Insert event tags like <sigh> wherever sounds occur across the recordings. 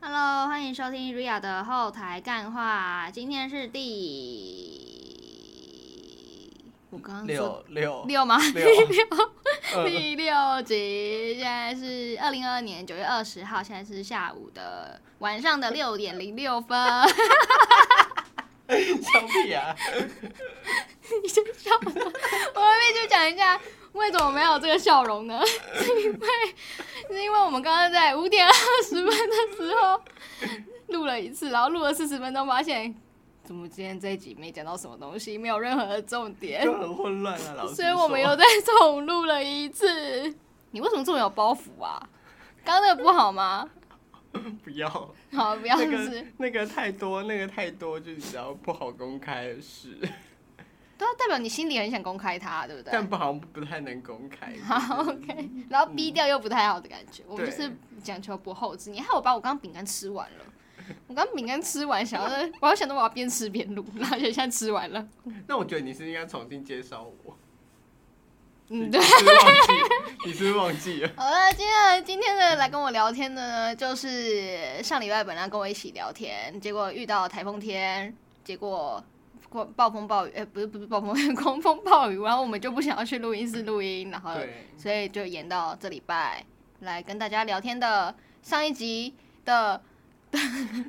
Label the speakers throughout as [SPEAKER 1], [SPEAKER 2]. [SPEAKER 1] Hello，欢迎收听 Ria 的后台干话。今天是第，我刚刚说
[SPEAKER 2] 六
[SPEAKER 1] <laughs>
[SPEAKER 2] 六
[SPEAKER 1] 六吗？
[SPEAKER 2] 六呃
[SPEAKER 1] <laughs>
[SPEAKER 2] <laughs>
[SPEAKER 1] 第六集，现在是二零二二年九月二十号，现在是下午的晚上的六点零六分。
[SPEAKER 2] 笑屁
[SPEAKER 1] <laughs>
[SPEAKER 2] 啊！
[SPEAKER 1] 你就笑 <laughs> 了，我们必须讲一下为什么没有这个笑容呢？ <laughs> 是因为是因为我们刚刚在五点二十分的时候录了一次，然后录了四十分钟，发现怎么今天这一集没讲到什么东西，没有任何的重点
[SPEAKER 2] 就，很混乱啊，老师。
[SPEAKER 1] <laughs> 所以我们又再重录了一次。你为什么这么有包袱 <laughs> 啊？刚刚那个不好吗？
[SPEAKER 2] <laughs> 不要
[SPEAKER 1] 好，不要
[SPEAKER 2] 那
[SPEAKER 1] 是。
[SPEAKER 2] 个那个太多，那个太多，就是比较不好公开的事，
[SPEAKER 1] 对啊，代表你心里很想公开它，对不对？
[SPEAKER 2] <laughs> 但不好像不太能
[SPEAKER 1] <laughs>
[SPEAKER 2] 公开。
[SPEAKER 1] 好，OK，然后逼掉又不太好的感觉，我们就
[SPEAKER 2] 嗯对
[SPEAKER 1] 是讲求不后置。你害我把我刚刚饼干吃完了，我刚饼干吃完，想要在，我还想着我要边吃边录，然后就现在吃完了。
[SPEAKER 2] 那我觉得你是应该重新介绍我。
[SPEAKER 1] 嗯，
[SPEAKER 2] <laughs> 你
[SPEAKER 1] 对。
[SPEAKER 2] 是不是忘记，你是不是忘记了？
[SPEAKER 1] <laughs> 好了，今天的今天的来跟我聊天的呢，就是上礼拜本来要跟我一起聊天，结果遇到台风天，结果过暴风暴雨，呃，不是不是暴风， <laughs> 狂风暴雨，然后我们就不想要去录音室录音，然后
[SPEAKER 2] 对，
[SPEAKER 1] 所以就延到这礼拜来跟大家聊天的上一集的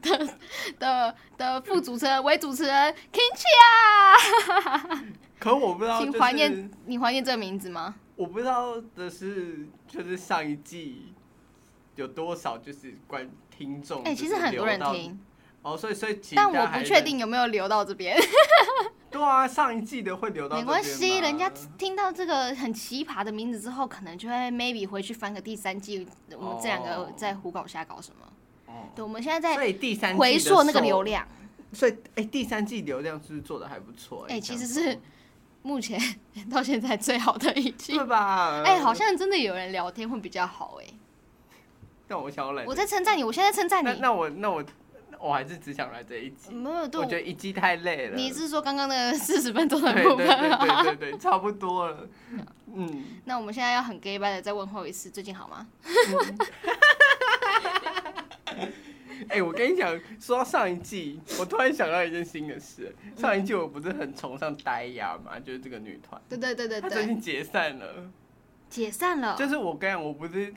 [SPEAKER 1] 的的的副主持人为主持人 Kinchia，
[SPEAKER 2] 可我不知道，
[SPEAKER 1] 请
[SPEAKER 2] 就
[SPEAKER 1] 怀念
[SPEAKER 2] 是
[SPEAKER 1] 你怀念这个名字吗？
[SPEAKER 2] 我不知道的是，就是上一季有多少就是观听众，
[SPEAKER 1] 哎、其实很多人听，
[SPEAKER 2] 哦，所以所以其实
[SPEAKER 1] 但
[SPEAKER 2] 大
[SPEAKER 1] 我
[SPEAKER 2] 家
[SPEAKER 1] 不
[SPEAKER 2] 还
[SPEAKER 1] 确定有没有留到这边，
[SPEAKER 2] 对啊，上一季的会留到
[SPEAKER 1] 没
[SPEAKER 2] 这
[SPEAKER 1] 关
[SPEAKER 2] 边
[SPEAKER 1] 系，
[SPEAKER 2] 吗
[SPEAKER 1] 人家听到这个很奇葩的名字之后，可能就会 maybe 回去翻个第三季，我们这两个
[SPEAKER 2] 哦
[SPEAKER 1] 在胡搞瞎搞什么？
[SPEAKER 2] 哦
[SPEAKER 1] 对，我们现在在
[SPEAKER 2] 所以第三季的
[SPEAKER 1] 回溯那个
[SPEAKER 2] 受
[SPEAKER 1] 流，量，
[SPEAKER 2] 所以哎、第三季流量是不是做的还不错、
[SPEAKER 1] 哎、
[SPEAKER 2] 哎、
[SPEAKER 1] 其实
[SPEAKER 2] 这样
[SPEAKER 1] 是目前 <laughs> 到现在最好的一季
[SPEAKER 2] 说。对
[SPEAKER 1] <laughs>
[SPEAKER 2] 吧？
[SPEAKER 1] 哎、
[SPEAKER 2] <laughs>
[SPEAKER 1] 好，像真的有人聊天会比较好哎、
[SPEAKER 2] 但我想要来，
[SPEAKER 1] 我在称赞你，我现在称赞
[SPEAKER 2] 那
[SPEAKER 1] 你，嗯
[SPEAKER 2] 那我那我我还是只想来这一集，
[SPEAKER 1] 没有
[SPEAKER 2] 我
[SPEAKER 1] 对
[SPEAKER 2] 觉得一季太累
[SPEAKER 1] 我，
[SPEAKER 2] 了。
[SPEAKER 1] 你是说刚刚那个四十分钟的 <laughs>
[SPEAKER 2] 对
[SPEAKER 1] 部
[SPEAKER 2] 对对
[SPEAKER 1] 分
[SPEAKER 2] 对
[SPEAKER 1] 吗？
[SPEAKER 2] 对对，差不多了。嗯，
[SPEAKER 1] 那我们现在要很 gay 拜的再问候一次，最近好吗？
[SPEAKER 2] 哎、我跟你讲，说到上一季，我突然想到一件新的事。上一季我不是很崇尚呆牙嘛，就是这个女团，
[SPEAKER 1] 对对对对
[SPEAKER 2] 她最
[SPEAKER 1] 对，
[SPEAKER 2] 近解散了。
[SPEAKER 1] 解散了，
[SPEAKER 2] 就是我跟你讲，我不是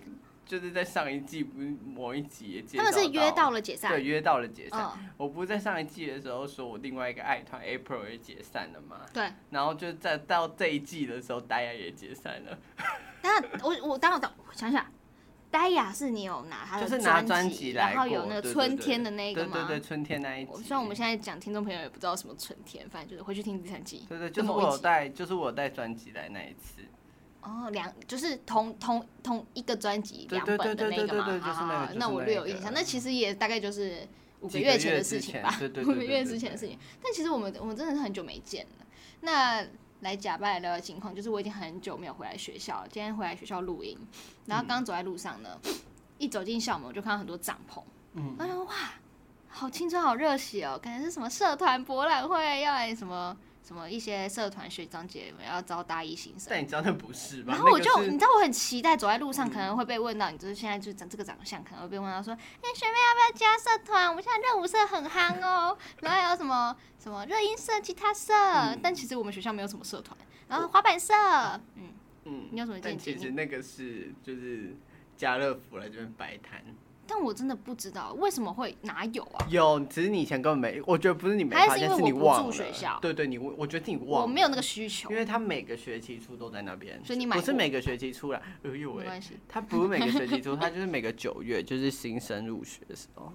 [SPEAKER 2] 就是在上一季不是某一集也介
[SPEAKER 1] 他
[SPEAKER 2] 绍
[SPEAKER 1] 们是约到
[SPEAKER 2] 到
[SPEAKER 1] 了解
[SPEAKER 2] 对
[SPEAKER 1] 散，
[SPEAKER 2] 约到了解散。
[SPEAKER 1] 嗯，
[SPEAKER 2] 我不是在上一季的时候说我另外一个爱团 April 也解散了嘛，
[SPEAKER 1] 对。
[SPEAKER 2] 然后就在到这一季的时候，大家也解散了，
[SPEAKER 1] 那我我当然我想想，呆雅是你有拿他
[SPEAKER 2] 就是
[SPEAKER 1] 的
[SPEAKER 2] 拿
[SPEAKER 1] 专
[SPEAKER 2] 专辑来
[SPEAKER 1] 然后有
[SPEAKER 2] 过
[SPEAKER 1] 那个
[SPEAKER 2] 对对
[SPEAKER 1] 春
[SPEAKER 2] 对
[SPEAKER 1] 天的那个
[SPEAKER 2] 对对
[SPEAKER 1] 吗
[SPEAKER 2] 对，？春天那一集。
[SPEAKER 1] 我虽然我们现在讲听众朋友也不知道什么春天，反正就是回去听第三季。
[SPEAKER 2] 对对，
[SPEAKER 1] 这
[SPEAKER 2] 就是
[SPEAKER 1] 某一
[SPEAKER 2] 我有
[SPEAKER 1] 集
[SPEAKER 2] 带，就是我有带专辑来那一次，
[SPEAKER 1] 哦，两就是同同同一个专辑
[SPEAKER 2] 对
[SPEAKER 1] 两
[SPEAKER 2] 对
[SPEAKER 1] 本的
[SPEAKER 2] 对
[SPEAKER 1] 那
[SPEAKER 2] 对
[SPEAKER 1] 个
[SPEAKER 2] 对
[SPEAKER 1] 嘛，
[SPEAKER 2] 对就是那个
[SPEAKER 1] 啊
[SPEAKER 2] 就是
[SPEAKER 1] 那我
[SPEAKER 2] 那
[SPEAKER 1] 略有
[SPEAKER 2] 个
[SPEAKER 1] 印象。那其实也大概就是五个
[SPEAKER 2] 几个
[SPEAKER 1] 前
[SPEAKER 2] 月
[SPEAKER 1] 的
[SPEAKER 2] 之
[SPEAKER 1] 事情
[SPEAKER 2] 前
[SPEAKER 1] 吧，
[SPEAKER 2] <laughs> 对对
[SPEAKER 1] <laughs> 五
[SPEAKER 2] 对
[SPEAKER 1] 个
[SPEAKER 2] 对
[SPEAKER 1] 月
[SPEAKER 2] 对
[SPEAKER 1] 之前的
[SPEAKER 2] 对
[SPEAKER 1] 事情。但其实我们我们真的是很久没见了。那来假拜的情况就是我已经很久没有回来学校了，今天回来学校录音，然后
[SPEAKER 2] 嗯
[SPEAKER 1] 刚走在路上呢，一走进校门我就看到很多帐篷，
[SPEAKER 2] 嗯
[SPEAKER 1] 然后想哇，好青春，好热血哦，感觉是什么社团博览会，要来什么什么一些社团学长姐们要招大一新生。
[SPEAKER 2] 但你知道那不是吧？
[SPEAKER 1] 然后我
[SPEAKER 2] 那个
[SPEAKER 1] 就是嗯你知道我很期待走在路上，
[SPEAKER 2] 嗯
[SPEAKER 1] 可能会被问到，你就是现在就长这个长相，可能会被问到说，哎、学妹要不要加社团？我们现在热舞社很夯哦，然后还有什么什么热音社、吉他社，
[SPEAKER 2] 嗯
[SPEAKER 1] 但其实我们学校没有什么社团，然后滑板社，嗯，
[SPEAKER 2] 嗯，
[SPEAKER 1] 你有什么
[SPEAKER 2] 但
[SPEAKER 1] 见解
[SPEAKER 2] 其实那个是就是家乐福来这边摆摊，
[SPEAKER 1] 但我真的不知道为什么会哪有啊，
[SPEAKER 2] 有，只是你以前根本没，我觉得不是你没
[SPEAKER 1] 还是
[SPEAKER 2] 发现，
[SPEAKER 1] 因为
[SPEAKER 2] 是
[SPEAKER 1] 我
[SPEAKER 2] 你
[SPEAKER 1] 不
[SPEAKER 2] 忘
[SPEAKER 1] 住
[SPEAKER 2] 了。
[SPEAKER 1] 学校
[SPEAKER 2] 对对，你我我觉得你忘了，
[SPEAKER 1] 我没有那个需求
[SPEAKER 2] 因，为他每个学期初都在那边，
[SPEAKER 1] 所以你买
[SPEAKER 2] 不是
[SPEAKER 1] 过
[SPEAKER 2] 每个学期出来，哎呦
[SPEAKER 1] 没
[SPEAKER 2] 喂，
[SPEAKER 1] 关系，
[SPEAKER 2] 他不是每个学期出，他就是每个九月，就是新生入学的时候，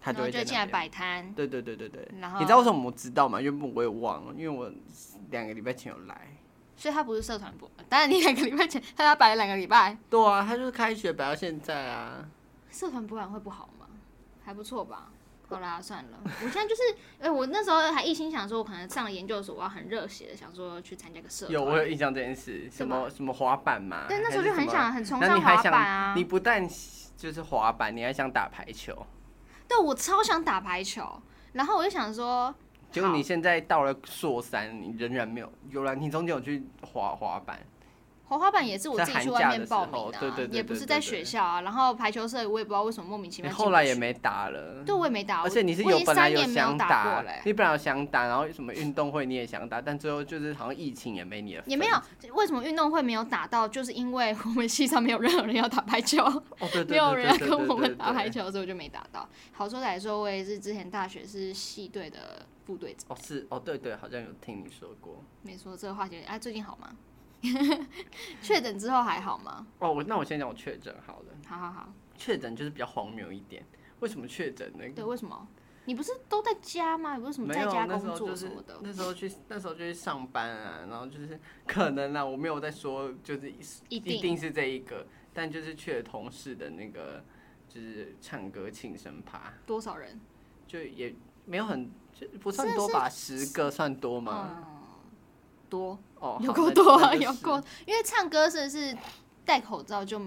[SPEAKER 2] 他
[SPEAKER 1] 然
[SPEAKER 2] 就
[SPEAKER 1] 后
[SPEAKER 2] 会
[SPEAKER 1] 就
[SPEAKER 2] 在
[SPEAKER 1] 进来
[SPEAKER 2] 那边。
[SPEAKER 1] 摆摊，
[SPEAKER 2] 对对对对对，
[SPEAKER 1] 然后
[SPEAKER 2] 你知道为什么我知道吗？原本我也忘了，因为我两个礼拜前有来。
[SPEAKER 1] 所以他不是社团部，当然你两个礼拜前他要摆了两个礼拜，
[SPEAKER 2] 对啊，他就是开学摆到现在啊。
[SPEAKER 1] 社团博览会不好吗？还不错吧。好啦，算了，我现在就是， <laughs> 哎、我那时候还一心想说，我可能上了研究所，我要很热血的想说去参加个社团。
[SPEAKER 2] 有，我有印象这件事，什么什么滑板嘛。
[SPEAKER 1] 对，那时候
[SPEAKER 2] 还
[SPEAKER 1] 就是很
[SPEAKER 2] 什么
[SPEAKER 1] 想，很崇
[SPEAKER 2] 然后
[SPEAKER 1] 尚
[SPEAKER 2] 你还
[SPEAKER 1] 滑
[SPEAKER 2] 想，
[SPEAKER 1] 板啊。
[SPEAKER 2] 你不但就是滑板，你还想打排球。
[SPEAKER 1] 对，我超想打排球，然后我就想说，
[SPEAKER 2] 结果
[SPEAKER 1] 好
[SPEAKER 2] 你现在到了硕三，你仍然没有。有了，你中间有去滑滑板，
[SPEAKER 1] 滑滑板也是我自己去外面报名
[SPEAKER 2] 在
[SPEAKER 1] 的、
[SPEAKER 2] 寒假的时候
[SPEAKER 1] 啊，
[SPEAKER 2] 对对对
[SPEAKER 1] 也不是在学校啊。然后排球社我也不知道为什么莫名其
[SPEAKER 2] 你
[SPEAKER 1] 妙进不去。
[SPEAKER 2] 后来也没打了。
[SPEAKER 1] 对，我也没打。
[SPEAKER 2] 而且你是
[SPEAKER 1] 我已
[SPEAKER 2] 有
[SPEAKER 1] 经
[SPEAKER 2] 本来
[SPEAKER 1] 三年没有
[SPEAKER 2] 想
[SPEAKER 1] 打过嘞、
[SPEAKER 2] 你本来有想打，然后什么运动会你也想打，但最后就是好像疫情也没你的份，
[SPEAKER 1] 也没有。为什么运动会没有打到？就是因为我们系上没有任何人要打排球，
[SPEAKER 2] 哦，对对对对对对
[SPEAKER 1] 没
[SPEAKER 2] 对
[SPEAKER 1] 有人要跟我们打排
[SPEAKER 2] 对
[SPEAKER 1] 球，所以我就没打到。好说歹说，我也是之前大学是系队的部队长。
[SPEAKER 2] 哦，是哦，对对，好像有听你说过。
[SPEAKER 1] 没错，这个话题，哎、最近好吗？确诊之后还好吗？
[SPEAKER 2] 哦，我那我先讲我确诊好了，
[SPEAKER 1] 好好好。
[SPEAKER 2] 确诊就是比较荒谬一点。为什么确诊呢？
[SPEAKER 1] 对，为什么？你不是都在家吗？你不是什么
[SPEAKER 2] 没
[SPEAKER 1] 在
[SPEAKER 2] 有，
[SPEAKER 1] 家
[SPEAKER 2] 那
[SPEAKER 1] 工
[SPEAKER 2] 时候
[SPEAKER 1] 作
[SPEAKER 2] 就
[SPEAKER 1] 什
[SPEAKER 2] 是
[SPEAKER 1] 么的？
[SPEAKER 2] 那时候去那时候就去上班啊，然后就是可能啊，我没有在说就是
[SPEAKER 1] 一定
[SPEAKER 2] 一定是这一个，但就是去了同事的那个就是唱歌庆生趴，
[SPEAKER 1] 多少人？
[SPEAKER 2] 就也没有很就不
[SPEAKER 1] 真
[SPEAKER 2] 算
[SPEAKER 1] 的
[SPEAKER 2] 多吧，十个算多吗？
[SPEAKER 1] 嗯，多，
[SPEAKER 2] 哦，
[SPEAKER 1] 有
[SPEAKER 2] 好
[SPEAKER 1] 够
[SPEAKER 2] 那
[SPEAKER 1] 多啊，
[SPEAKER 2] 那就
[SPEAKER 1] 有
[SPEAKER 2] 是
[SPEAKER 1] 够。因为唱歌是是戴口罩就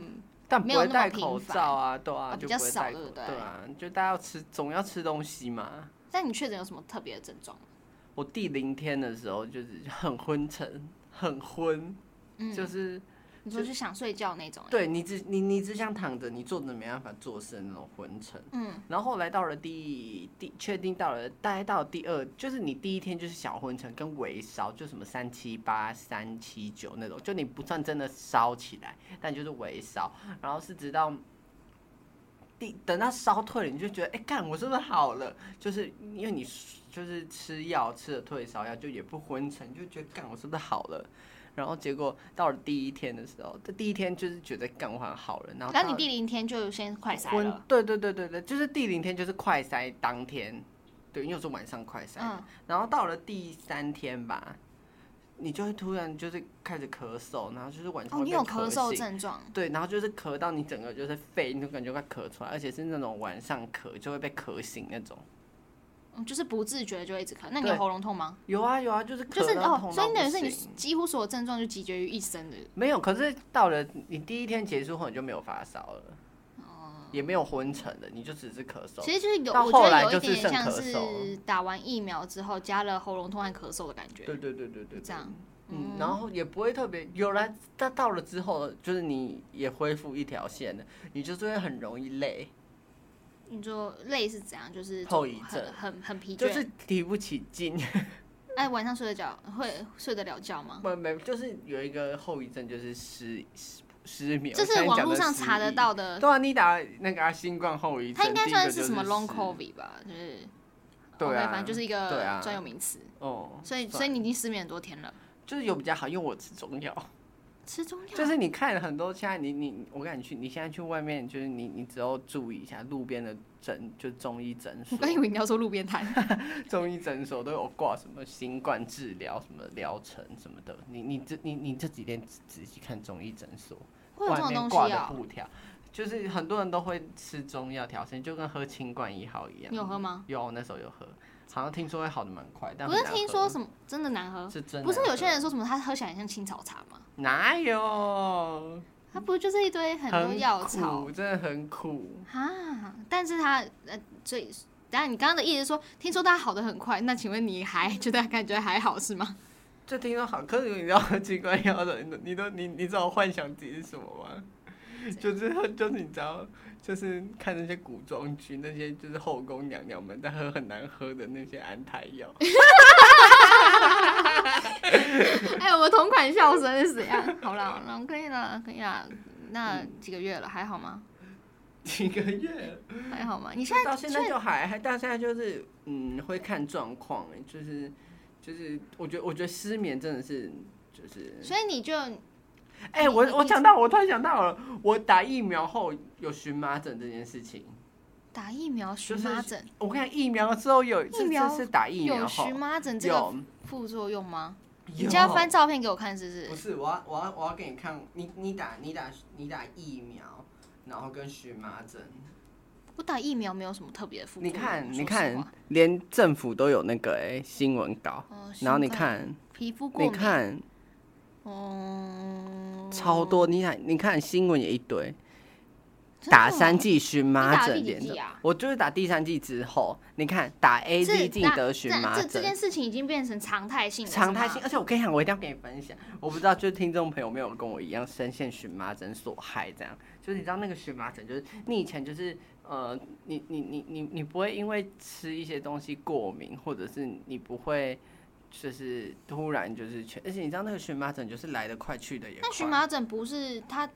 [SPEAKER 2] 但
[SPEAKER 1] 没
[SPEAKER 2] 不
[SPEAKER 1] 有
[SPEAKER 2] 会
[SPEAKER 1] 那么
[SPEAKER 2] 戴
[SPEAKER 1] 频
[SPEAKER 2] 口
[SPEAKER 1] 繁
[SPEAKER 2] 罩啊，对
[SPEAKER 1] 啊
[SPEAKER 2] 啊，
[SPEAKER 1] 比
[SPEAKER 2] 就
[SPEAKER 1] 较
[SPEAKER 2] 不会
[SPEAKER 1] 少
[SPEAKER 2] 戴
[SPEAKER 1] 对
[SPEAKER 2] 口
[SPEAKER 1] 不对
[SPEAKER 2] 对啊，就大家要吃，总要吃东西嘛。
[SPEAKER 1] 但你确诊有什么特别的症状？
[SPEAKER 2] 我第零天的时候就是很昏沉，很昏，
[SPEAKER 1] 嗯，
[SPEAKER 2] 就是
[SPEAKER 1] 你说就想睡觉那种、欸。
[SPEAKER 2] 对你只你你只想躺着，你坐着没办法做事的那种昏沉。
[SPEAKER 1] 嗯，
[SPEAKER 2] 然后后来到了第第确定到了，大概到了第二，就是你第一天就是小昏沉跟微烧，就什么三七八、三七九那种，就你不算真的烧起来，但就是微烧。然后是直到第等到烧退了，你就觉得哎干、我是不是好了？就是因为你就是吃药吃了退烧药，就也不昏沉，就觉得干我是不是好了？然后结果到了第一天的时候，这第一天就是觉得干我好像好了，然后
[SPEAKER 1] 然后
[SPEAKER 2] 到了
[SPEAKER 1] 你第零天就先快筛
[SPEAKER 2] 昏
[SPEAKER 1] 了。
[SPEAKER 2] 对对对对对，就是第零天就是快筛当天，对，因为我是晚上快筛，
[SPEAKER 1] 嗯，
[SPEAKER 2] 然后到了第三天吧，你就会突然就是开始咳嗽，然后就是晚
[SPEAKER 1] 哦，
[SPEAKER 2] 上会
[SPEAKER 1] 你
[SPEAKER 2] 被
[SPEAKER 1] 有咳嗽
[SPEAKER 2] 醒。
[SPEAKER 1] 症状，
[SPEAKER 2] 对，然后就是咳到你整个就是肺，你就感觉快咳出来，而且是那种晚上咳就会被咳醒那种。
[SPEAKER 1] 嗯就是不自觉就会一直咳。那你
[SPEAKER 2] 对
[SPEAKER 1] 有喉咙痛吗？
[SPEAKER 2] 有啊有啊，就是咳
[SPEAKER 1] 就是
[SPEAKER 2] 到
[SPEAKER 1] 哦，
[SPEAKER 2] 痛
[SPEAKER 1] 所以
[SPEAKER 2] 到
[SPEAKER 1] 你等于
[SPEAKER 2] 不
[SPEAKER 1] 是你
[SPEAKER 2] 行
[SPEAKER 1] 几乎所有症状就集结于一身的。
[SPEAKER 2] 没有，可是到了你第一天结束后你就没有发烧了，
[SPEAKER 1] 哦
[SPEAKER 2] 也没有昏沉了，你就只是咳嗽。
[SPEAKER 1] 其实就是有，
[SPEAKER 2] 到
[SPEAKER 1] 我
[SPEAKER 2] 后
[SPEAKER 1] 觉得
[SPEAKER 2] 来
[SPEAKER 1] 有一
[SPEAKER 2] 就是
[SPEAKER 1] 点点
[SPEAKER 2] 剩
[SPEAKER 1] 像
[SPEAKER 2] 咳嗽
[SPEAKER 1] 是打完疫苗之后加了喉咙痛和咳嗽的感觉。
[SPEAKER 2] 对对对对对，
[SPEAKER 1] 这样。
[SPEAKER 2] 嗯，然后也不会特别有了，但到了之后，就是你也恢复一条线了，你就是会很容易累，
[SPEAKER 1] 你说累是怎样？就是
[SPEAKER 2] 后遗症
[SPEAKER 1] 很很很疲倦。
[SPEAKER 2] 就是提不起劲。
[SPEAKER 1] 哎，晚上睡得着会睡得了觉吗？
[SPEAKER 2] 没没，就是有一个后遗症，就是失失失眠。
[SPEAKER 1] 这
[SPEAKER 2] 我现
[SPEAKER 1] 是
[SPEAKER 2] 在
[SPEAKER 1] 网
[SPEAKER 2] 讲
[SPEAKER 1] 络
[SPEAKER 2] 的
[SPEAKER 1] 上
[SPEAKER 2] 失
[SPEAKER 1] 查得
[SPEAKER 2] 忆。
[SPEAKER 1] 到的，
[SPEAKER 2] 对啊，你打那个啊新冠后遗症，
[SPEAKER 1] 它应该
[SPEAKER 2] 第一
[SPEAKER 1] 算
[SPEAKER 2] 个就是
[SPEAKER 1] 什么 long
[SPEAKER 2] 失
[SPEAKER 1] covid 吧？就是
[SPEAKER 2] 对
[SPEAKER 1] OK，
[SPEAKER 2] 啊，
[SPEAKER 1] 反正就是一
[SPEAKER 2] 对
[SPEAKER 1] 个
[SPEAKER 2] 啊
[SPEAKER 1] 专有名词。
[SPEAKER 2] 哦，
[SPEAKER 1] 所以，
[SPEAKER 2] 算
[SPEAKER 1] 所以你已经失眠很多天了，
[SPEAKER 2] 就是有比较好，因为我吃中药。
[SPEAKER 1] 吃中药。
[SPEAKER 2] 就是你看很多现在你你我跟你去，你现在去外面就是你你只要注意一下路边的诊，就中医诊
[SPEAKER 1] <laughs> 我
[SPEAKER 2] 所。 <laughs>
[SPEAKER 1] 刚以为你要说路边摊，
[SPEAKER 2] 中医诊所都有挂什么新冠治疗、什么疗程什么的。你你这你你这几天仔仔细看中医诊所，
[SPEAKER 1] 会有这
[SPEAKER 2] 外
[SPEAKER 1] 种
[SPEAKER 2] 面
[SPEAKER 1] 东
[SPEAKER 2] 挂
[SPEAKER 1] 西
[SPEAKER 2] 的
[SPEAKER 1] 啊？
[SPEAKER 2] 布条，就是很多人都会吃中药调身，就跟喝清冠一号一样。
[SPEAKER 1] 你有喝吗？
[SPEAKER 2] 有，那时候有喝，好像听说会好的蛮快，但
[SPEAKER 1] 不
[SPEAKER 2] 很
[SPEAKER 1] 是
[SPEAKER 2] 难
[SPEAKER 1] 听
[SPEAKER 2] 喝
[SPEAKER 1] 说什么真的难喝？
[SPEAKER 2] 是真的
[SPEAKER 1] 不是
[SPEAKER 2] 难
[SPEAKER 1] 有些
[SPEAKER 2] 喝
[SPEAKER 1] 人说什么他喝起来很像青草茶吗？
[SPEAKER 2] 哪有
[SPEAKER 1] 它不就是一堆很多药草
[SPEAKER 2] 嗯苦，真的很苦。
[SPEAKER 1] 啊？但是它呃，最当然你刚刚的意思是说，听说它好的很快，那请问你还觉得感觉还好是吗？ <laughs>
[SPEAKER 2] 就听说好，可是你知道喝清冠药的，你你都你你知道我幻想自己是什么吗？就是喝就是你知道，就是看那些古装剧，那些就是后宫娘娘们在喝很难喝的那些安胎药，
[SPEAKER 1] 哎，我同款笑声是怎样？好啦，好啦，可以了，可以了。那
[SPEAKER 2] 嗯
[SPEAKER 1] 几个月了，还好吗？
[SPEAKER 2] 几个月
[SPEAKER 1] 还好吗？你现在
[SPEAKER 2] 到现在就还还到现在就是嗯，会看状况，欸就是就是我觉得我觉得失眠真的是就是
[SPEAKER 1] 所以你就
[SPEAKER 2] 哎、
[SPEAKER 1] 你
[SPEAKER 2] 我
[SPEAKER 1] 你
[SPEAKER 2] 我
[SPEAKER 1] 你
[SPEAKER 2] 想到我突然想到了，我打疫苗后有荨麻疹这件事情，
[SPEAKER 1] 打疫苗荨
[SPEAKER 2] 就是
[SPEAKER 1] 麻疹，
[SPEAKER 2] 我看疫苗之后有这
[SPEAKER 1] 疫苗
[SPEAKER 2] 这是打疫苗
[SPEAKER 1] 有
[SPEAKER 2] 后
[SPEAKER 1] 荨麻疹这个
[SPEAKER 2] 有。
[SPEAKER 1] 副作用吗？你
[SPEAKER 2] 有
[SPEAKER 1] 就要翻照片给我看，是不
[SPEAKER 2] 不
[SPEAKER 1] 是？
[SPEAKER 2] 是，我要我要我要给你看，你你打你打你打疫苗，然后跟荨麻疹，
[SPEAKER 1] 我打疫苗没有什么特别的副作
[SPEAKER 2] 你
[SPEAKER 1] 用。
[SPEAKER 2] 看
[SPEAKER 1] 说
[SPEAKER 2] 你
[SPEAKER 1] 实
[SPEAKER 2] 看
[SPEAKER 1] 话，，
[SPEAKER 2] 连政府都有那个哎、新闻稿，
[SPEAKER 1] 哦
[SPEAKER 2] 然后你
[SPEAKER 1] 新冠
[SPEAKER 2] 看
[SPEAKER 1] 皮肤过
[SPEAKER 2] 你
[SPEAKER 1] 敏，
[SPEAKER 2] 看
[SPEAKER 1] 嗯，
[SPEAKER 2] 超多，你看你看新闻也一堆，
[SPEAKER 1] 哦真的
[SPEAKER 2] 打
[SPEAKER 1] 哦
[SPEAKER 2] 三剂荨麻
[SPEAKER 1] 打第
[SPEAKER 2] 疹
[SPEAKER 1] 几
[SPEAKER 2] 连
[SPEAKER 1] 剂
[SPEAKER 2] 着
[SPEAKER 1] 啊，
[SPEAKER 2] 我就是打第三剂之后，你看打 A
[SPEAKER 1] 这
[SPEAKER 2] Z 记
[SPEAKER 1] 那
[SPEAKER 2] 得荨
[SPEAKER 1] 这
[SPEAKER 2] 麻
[SPEAKER 1] 这这
[SPEAKER 2] 疹，
[SPEAKER 1] 件事情已经变成常态性了，
[SPEAKER 2] 常态
[SPEAKER 1] 是
[SPEAKER 2] 性，
[SPEAKER 1] 吗。
[SPEAKER 2] 而且我跟你讲，我一定要跟你分享。我不知道，就是听众朋友没有跟我一样深陷荨麻疹所害，这样就是你知道那个荨麻疹，就是你以前就是呃，你你你你你不会因为吃一些东西过敏，或者是你不会就是突然就是全，而且你知道那个荨麻疹就是来得快去得也快
[SPEAKER 1] 但。荨麻疹不是它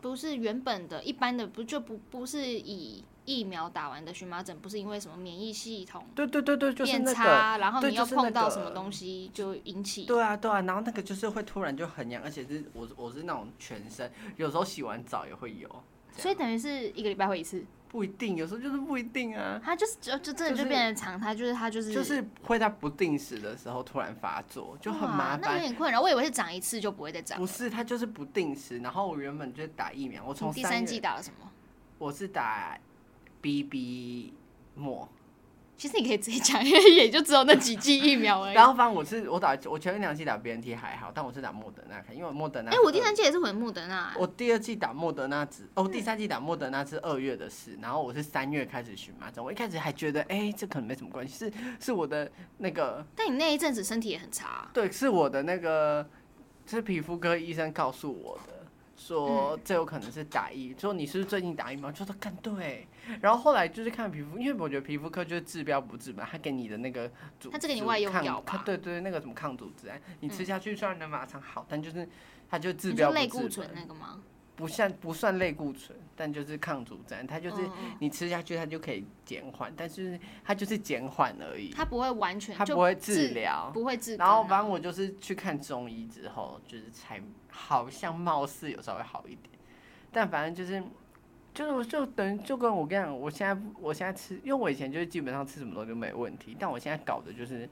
[SPEAKER 1] 不是原本的一般的，不就不不是以疫苗打完的荨麻疹，不是因为什么免疫系统
[SPEAKER 2] 对对对对，就是
[SPEAKER 1] 变
[SPEAKER 2] 那
[SPEAKER 1] 差，
[SPEAKER 2] 个。
[SPEAKER 1] 然后
[SPEAKER 2] 对
[SPEAKER 1] 你又
[SPEAKER 2] 就是那
[SPEAKER 1] 碰到
[SPEAKER 2] 个
[SPEAKER 1] 什么东西就引起。
[SPEAKER 2] 对啊，对啊，然后那个就是会突然就很痒，而且是我我是那种全身，有时候洗完澡也会有，这样
[SPEAKER 1] 所以等于是一个礼拜会一次，
[SPEAKER 2] 不一定，有时候就是不一定啊。
[SPEAKER 1] 它就是就就真
[SPEAKER 2] 就
[SPEAKER 1] 的就是变成常态，就是它就是
[SPEAKER 2] 就是会在不定时的时候突然发作，就很
[SPEAKER 1] 哇
[SPEAKER 2] 麻
[SPEAKER 1] 那有
[SPEAKER 2] 烦。
[SPEAKER 1] 点困扰。我以为是长一次就不会再长
[SPEAKER 2] 不。是，它就是不定时。然后我原本就是打疫苗，我从
[SPEAKER 1] 你第
[SPEAKER 2] 三
[SPEAKER 1] 三
[SPEAKER 2] 月
[SPEAKER 1] 季打了什么？
[SPEAKER 2] 我是打 BB 末，
[SPEAKER 1] 其实你可以直接讲，因为也就只有那几剂疫苗而已。
[SPEAKER 2] <laughs> 然后反正我是我打我前面两季打 BNT 还好，但我是打莫德纳，因为我莫德纳
[SPEAKER 1] 哎、
[SPEAKER 2] 是二。
[SPEAKER 1] 我第三季也是混木的那、
[SPEAKER 2] 我第二季打莫德纳只
[SPEAKER 1] 嗯
[SPEAKER 2] 哦，第三季打莫德纳是二月的事，然后我是三月开始荨麻疹。我一开始还觉得，哎、这可能没什么关系，是是我的那个
[SPEAKER 1] 但你那一阵子身体也很差啊、
[SPEAKER 2] 对，是我的那个，是皮肤科医生告诉我的，
[SPEAKER 1] 嗯
[SPEAKER 2] 说这有可能是打疫，说你是不是最近打疫苗？就说干对，然后后来就是看皮肤，因为我觉得皮肤科就是治标不治本，他给你的那个组，
[SPEAKER 1] 它这个你外用
[SPEAKER 2] 抗
[SPEAKER 1] 药吧嗯
[SPEAKER 2] 抗对对，那个什么抗组织胺，你吃下去虽然能马上好，但就是它就治
[SPEAKER 1] 你说
[SPEAKER 2] 标不
[SPEAKER 1] 类
[SPEAKER 2] 治
[SPEAKER 1] 固
[SPEAKER 2] 本，
[SPEAKER 1] 醇那个吗？
[SPEAKER 2] 不像不算类固醇，但就是抗组织胺，它就是
[SPEAKER 1] 嗯嗯
[SPEAKER 2] 你吃下去它就可以减缓，但是它就是减缓而已，
[SPEAKER 1] 它不会完全，
[SPEAKER 2] 它
[SPEAKER 1] 就
[SPEAKER 2] 不会
[SPEAKER 1] 治
[SPEAKER 2] 治疗。
[SPEAKER 1] 不会治根
[SPEAKER 2] 然
[SPEAKER 1] 啊。
[SPEAKER 2] 后反正我就是去看中医之后，就是才好像貌似有稍微好一点，但反正就是就是我就等于就跟我跟你讲，我现在我现在吃，因为我以前就是基本上吃什么东西都没问题，但我现在搞的就是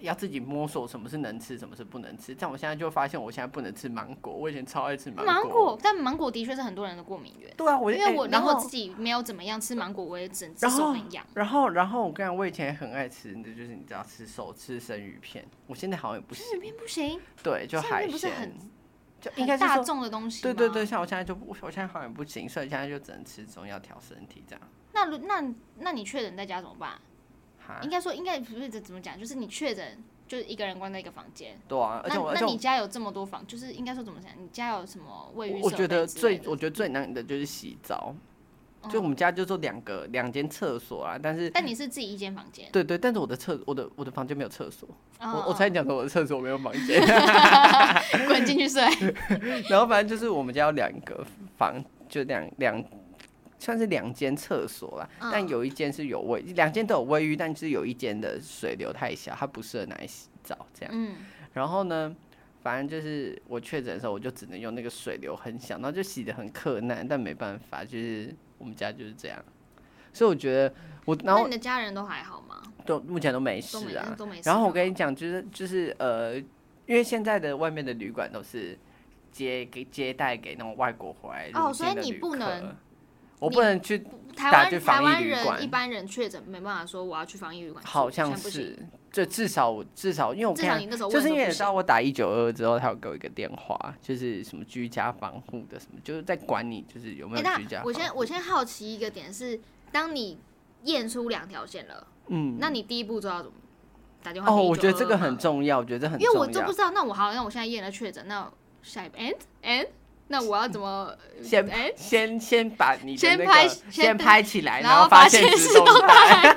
[SPEAKER 2] 要自己摸索什么是能吃，什么是不能吃。但我现在就发现我现在不能吃芒果，我以前超爱吃芒果。
[SPEAKER 1] 芒果，但芒果的确是很多人的过敏源，
[SPEAKER 2] 对啊，我
[SPEAKER 1] 因为
[SPEAKER 2] 哎
[SPEAKER 1] 我
[SPEAKER 2] 然
[SPEAKER 1] 连我
[SPEAKER 2] 后
[SPEAKER 1] 自己没有怎么样吃芒果，我也整只
[SPEAKER 2] 然
[SPEAKER 1] 手
[SPEAKER 2] 后
[SPEAKER 1] 很痒。
[SPEAKER 2] 然后然后我跟你讲，我以前很爱吃，那就是你知道吃手吃生鱼片，我现在好像也不行，
[SPEAKER 1] 生鱼片不行，
[SPEAKER 2] 对，就
[SPEAKER 1] 生鱼
[SPEAKER 2] 海
[SPEAKER 1] 片不是
[SPEAKER 2] 鲜
[SPEAKER 1] 很。
[SPEAKER 2] 就应
[SPEAKER 1] 很
[SPEAKER 2] 该是
[SPEAKER 1] 大
[SPEAKER 2] 说
[SPEAKER 1] 众的东西。
[SPEAKER 2] 对对对，。像我现在就不，我现在好像不行，所以现在就只能吃中药调身体这样。
[SPEAKER 1] 那如那那你确诊在家怎么办？
[SPEAKER 2] 哈
[SPEAKER 1] 应，该说应该不是这怎么讲，就是你确诊就是一个人关在一个房间。
[SPEAKER 2] 对啊，而且
[SPEAKER 1] 那
[SPEAKER 2] 我而
[SPEAKER 1] 那
[SPEAKER 2] 且
[SPEAKER 1] 你
[SPEAKER 2] 我
[SPEAKER 1] 家有这么多房，就是应该说怎么讲？你家有什么卫浴
[SPEAKER 2] 我
[SPEAKER 1] 设
[SPEAKER 2] 觉
[SPEAKER 1] 备
[SPEAKER 2] 得
[SPEAKER 1] 之
[SPEAKER 2] 最
[SPEAKER 1] 类的
[SPEAKER 2] 我觉得最难的就是洗澡，
[SPEAKER 1] 哦
[SPEAKER 2] 就我们家就做两个两间厕所啊，但是
[SPEAKER 1] 但你是自己一间房间，
[SPEAKER 2] 对对，但是我的厕我的我的房间没有厕所，我我
[SPEAKER 1] 嗯
[SPEAKER 2] 才讲说我的厕所没有房间，
[SPEAKER 1] 嗯滚进去睡。
[SPEAKER 2] 然后反正就是我们家有两个房，就两两。算是两间厕所啦，
[SPEAKER 1] 嗯
[SPEAKER 2] 但有一间是有卫，两间都有卫浴，但是有一间的水流太小，它不适合拿来洗澡这样。 <laughs>
[SPEAKER 1] 嗯，
[SPEAKER 2] 然后呢，反正就是我确诊的时候，我就只能用那个水流很小，然后就洗的很困难，但没办法，就是我们家就是这样。所以我觉得我，
[SPEAKER 1] 那
[SPEAKER 2] 然后
[SPEAKER 1] 你的家人都还好吗？
[SPEAKER 2] 都目前都没
[SPEAKER 1] 都没
[SPEAKER 2] 事啊。
[SPEAKER 1] 都没事。
[SPEAKER 2] 然后我跟你讲，就是就是呃，因为现在的外面的旅馆都是接给接待给那种外国回来
[SPEAKER 1] 哦
[SPEAKER 2] 入
[SPEAKER 1] 所
[SPEAKER 2] 境
[SPEAKER 1] 以
[SPEAKER 2] 的
[SPEAKER 1] 你
[SPEAKER 2] 旅
[SPEAKER 1] 不
[SPEAKER 2] 客
[SPEAKER 1] 能，
[SPEAKER 2] 我
[SPEAKER 1] 你
[SPEAKER 2] 不能去
[SPEAKER 1] 台
[SPEAKER 2] 打
[SPEAKER 1] 湾
[SPEAKER 2] 去
[SPEAKER 1] 台
[SPEAKER 2] 防疫
[SPEAKER 1] 湾
[SPEAKER 2] 旅
[SPEAKER 1] 人
[SPEAKER 2] 馆
[SPEAKER 1] 一般人确诊没办法说我要去防疫旅馆住，
[SPEAKER 2] 好像
[SPEAKER 1] 现在不行
[SPEAKER 2] 是，就至少我至少，因为我
[SPEAKER 1] 至
[SPEAKER 2] 看
[SPEAKER 1] 少你那时候
[SPEAKER 2] 就是
[SPEAKER 1] 问
[SPEAKER 2] 因
[SPEAKER 1] 说
[SPEAKER 2] 为
[SPEAKER 1] 不
[SPEAKER 2] 你知道
[SPEAKER 1] 行
[SPEAKER 2] 我打一九二之后，他有给我一个电话，就是什么居家防护的什么，就是在管你就是有没
[SPEAKER 1] 哎，
[SPEAKER 2] 有居
[SPEAKER 1] 那
[SPEAKER 2] 家
[SPEAKER 1] 我
[SPEAKER 2] 防护。
[SPEAKER 1] 现在我现在好奇一个点是，当你验出两条线了，
[SPEAKER 2] 嗯，
[SPEAKER 1] 那你第一步知道怎么打电话？
[SPEAKER 2] 哦，我觉得这个很，重要，我觉得这很
[SPEAKER 1] 嗯因为我
[SPEAKER 2] 重
[SPEAKER 1] 就不
[SPEAKER 2] 要。
[SPEAKER 1] 知道。那我好，那我现在验了确诊，那下一步 and and 那我要怎
[SPEAKER 2] <laughs>
[SPEAKER 1] 么？
[SPEAKER 2] 先
[SPEAKER 1] 哎
[SPEAKER 2] 先先把你的
[SPEAKER 1] 先
[SPEAKER 2] 那
[SPEAKER 1] 拍
[SPEAKER 2] 个
[SPEAKER 1] 先
[SPEAKER 2] 先拍起来，
[SPEAKER 1] 然后
[SPEAKER 2] 后发
[SPEAKER 1] 发
[SPEAKER 2] 现
[SPEAKER 1] 现
[SPEAKER 2] 自
[SPEAKER 1] 是
[SPEAKER 2] 动
[SPEAKER 1] 动
[SPEAKER 2] <laughs> 态。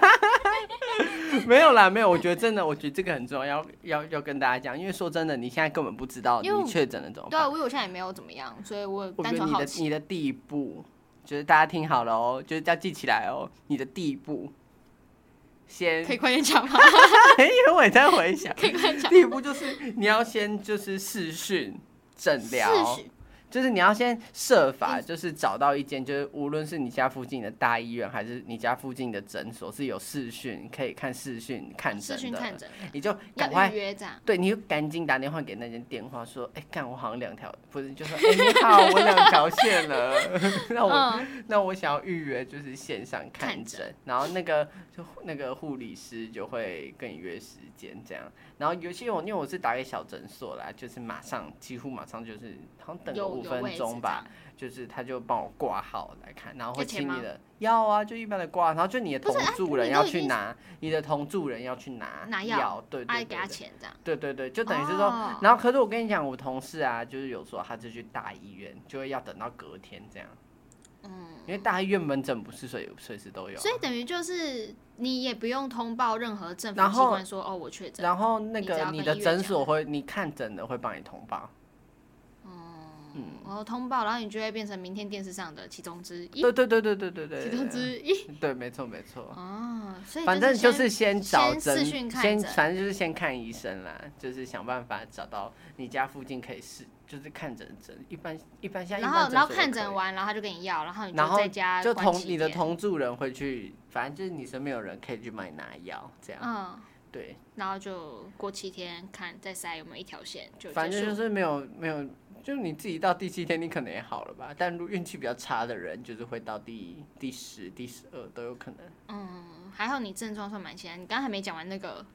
[SPEAKER 2] <laughs> 没有啦，没有，我觉得真的，我觉得这个很重要，要要跟大家讲，因为说真的，你现在根本不知道你
[SPEAKER 1] 因为我
[SPEAKER 2] 确诊了怎么
[SPEAKER 1] 对啊，
[SPEAKER 2] 办。
[SPEAKER 1] 因为我现在也没有怎么样，所以我
[SPEAKER 2] 我觉
[SPEAKER 1] 单
[SPEAKER 2] 得
[SPEAKER 1] 纯
[SPEAKER 2] 你
[SPEAKER 1] 好
[SPEAKER 2] 的
[SPEAKER 1] 奇。
[SPEAKER 2] 你的第一步，就是大家听好了哦，就是要记起来哦，你的第一步，先
[SPEAKER 1] 可以快点讲吗？
[SPEAKER 2] <laughs> 因为我也在回想，
[SPEAKER 1] 可以快点讲。
[SPEAKER 2] 第一步就是你要先就是试训诊疗
[SPEAKER 1] 是，
[SPEAKER 2] 就是你要先设
[SPEAKER 1] 嗯
[SPEAKER 2] 法就是找到一间就是无论是你家附近的大医院还是你家附近的诊所是有视讯可以看视讯看
[SPEAKER 1] 视
[SPEAKER 2] 诊
[SPEAKER 1] 讯看
[SPEAKER 2] 的，
[SPEAKER 1] 诊
[SPEAKER 2] 你就赶
[SPEAKER 1] 要
[SPEAKER 2] 快
[SPEAKER 1] 预约这样。
[SPEAKER 2] 对，你就赶紧打电话给那间电话说，哎、看我好像两条不是，就说哎、你好，我两条线了， <laughs> 那我
[SPEAKER 1] 嗯，
[SPEAKER 2] 那我想要预约就是线上看
[SPEAKER 1] 看
[SPEAKER 2] 诊
[SPEAKER 1] 诊，
[SPEAKER 2] 然后那个就那个护理师就会跟你约时间这样。然后尤其我因为我是打给小诊所啦，就是马上几乎马上就是好像等个
[SPEAKER 1] 有
[SPEAKER 2] 五
[SPEAKER 1] 有
[SPEAKER 2] 分
[SPEAKER 1] 位置
[SPEAKER 2] 钟吧
[SPEAKER 1] 这样，
[SPEAKER 2] 就是他就帮我挂号来看，然后会
[SPEAKER 1] 要钱
[SPEAKER 2] 请
[SPEAKER 1] 吗
[SPEAKER 2] 你的要啊，就一般的挂，然后就你的
[SPEAKER 1] 不是
[SPEAKER 2] 同
[SPEAKER 1] 啊
[SPEAKER 2] 住
[SPEAKER 1] 你
[SPEAKER 2] 人
[SPEAKER 1] 都
[SPEAKER 2] 要
[SPEAKER 1] 已
[SPEAKER 2] 去
[SPEAKER 1] 经
[SPEAKER 2] 拿，你的同住人要去拿
[SPEAKER 1] 拿药
[SPEAKER 2] 药，对
[SPEAKER 1] 啊给
[SPEAKER 2] 对对
[SPEAKER 1] 他
[SPEAKER 2] 对
[SPEAKER 1] 钱这样。
[SPEAKER 2] 对对对，就等于是说，
[SPEAKER 1] 哦
[SPEAKER 2] 然后可是我跟你讲，我同事啊，就是有时候他就去大医院，就会要等到隔天这样，
[SPEAKER 1] 嗯，
[SPEAKER 2] 因为大医院门诊不是随随时都有啊，
[SPEAKER 1] 所以等于就是你也不用通报任何政府
[SPEAKER 2] 然
[SPEAKER 1] 机
[SPEAKER 2] 后
[SPEAKER 1] 关说哦我确诊。
[SPEAKER 2] 然后那
[SPEAKER 1] 你只
[SPEAKER 2] 个
[SPEAKER 1] 要
[SPEAKER 2] 你
[SPEAKER 1] 跟
[SPEAKER 2] 的
[SPEAKER 1] 医院
[SPEAKER 2] 诊
[SPEAKER 1] 讲啊
[SPEAKER 2] 所会，你看诊的会帮你通报，
[SPEAKER 1] 嗯，然后通报，然后你就会变成明天电视上的其中之一，
[SPEAKER 2] 对对对对对对对
[SPEAKER 1] 其中
[SPEAKER 2] 对，
[SPEAKER 1] 之一。
[SPEAKER 2] 对，没错没错。
[SPEAKER 1] 哦，所以
[SPEAKER 2] 反正就
[SPEAKER 1] 先
[SPEAKER 2] 是先找
[SPEAKER 1] 先
[SPEAKER 2] 诊，
[SPEAKER 1] 视讯看
[SPEAKER 2] 先
[SPEAKER 1] 诊
[SPEAKER 2] 反正就是先看医生啦，就是想办法找到你家附近可以试，就是看诊的诊。一般一般现在一
[SPEAKER 1] 然
[SPEAKER 2] 般
[SPEAKER 1] 后然后
[SPEAKER 2] 所
[SPEAKER 1] 看
[SPEAKER 2] 都可
[SPEAKER 1] 诊
[SPEAKER 2] 以，
[SPEAKER 1] 完，然后他就给你药，然后你
[SPEAKER 2] 然后
[SPEAKER 1] 在家
[SPEAKER 2] 就
[SPEAKER 1] 啊关
[SPEAKER 2] 同
[SPEAKER 1] 几
[SPEAKER 2] 你的
[SPEAKER 1] 天
[SPEAKER 2] 同住人会去，反正就是你身边有人可以去帮你拿药，这样、
[SPEAKER 1] 嗯，
[SPEAKER 2] 对。
[SPEAKER 1] 然后就过七天看再筛有没有一条线就
[SPEAKER 2] 反
[SPEAKER 1] 结
[SPEAKER 2] 正就
[SPEAKER 1] 束。
[SPEAKER 2] 是没有没有，就你自己到第七天你可能也好了吧，但如运气比较差的人，就是会到第第十、第十二都有可能。
[SPEAKER 1] 嗯，还好你症状算蛮轻的，你刚才没讲完那个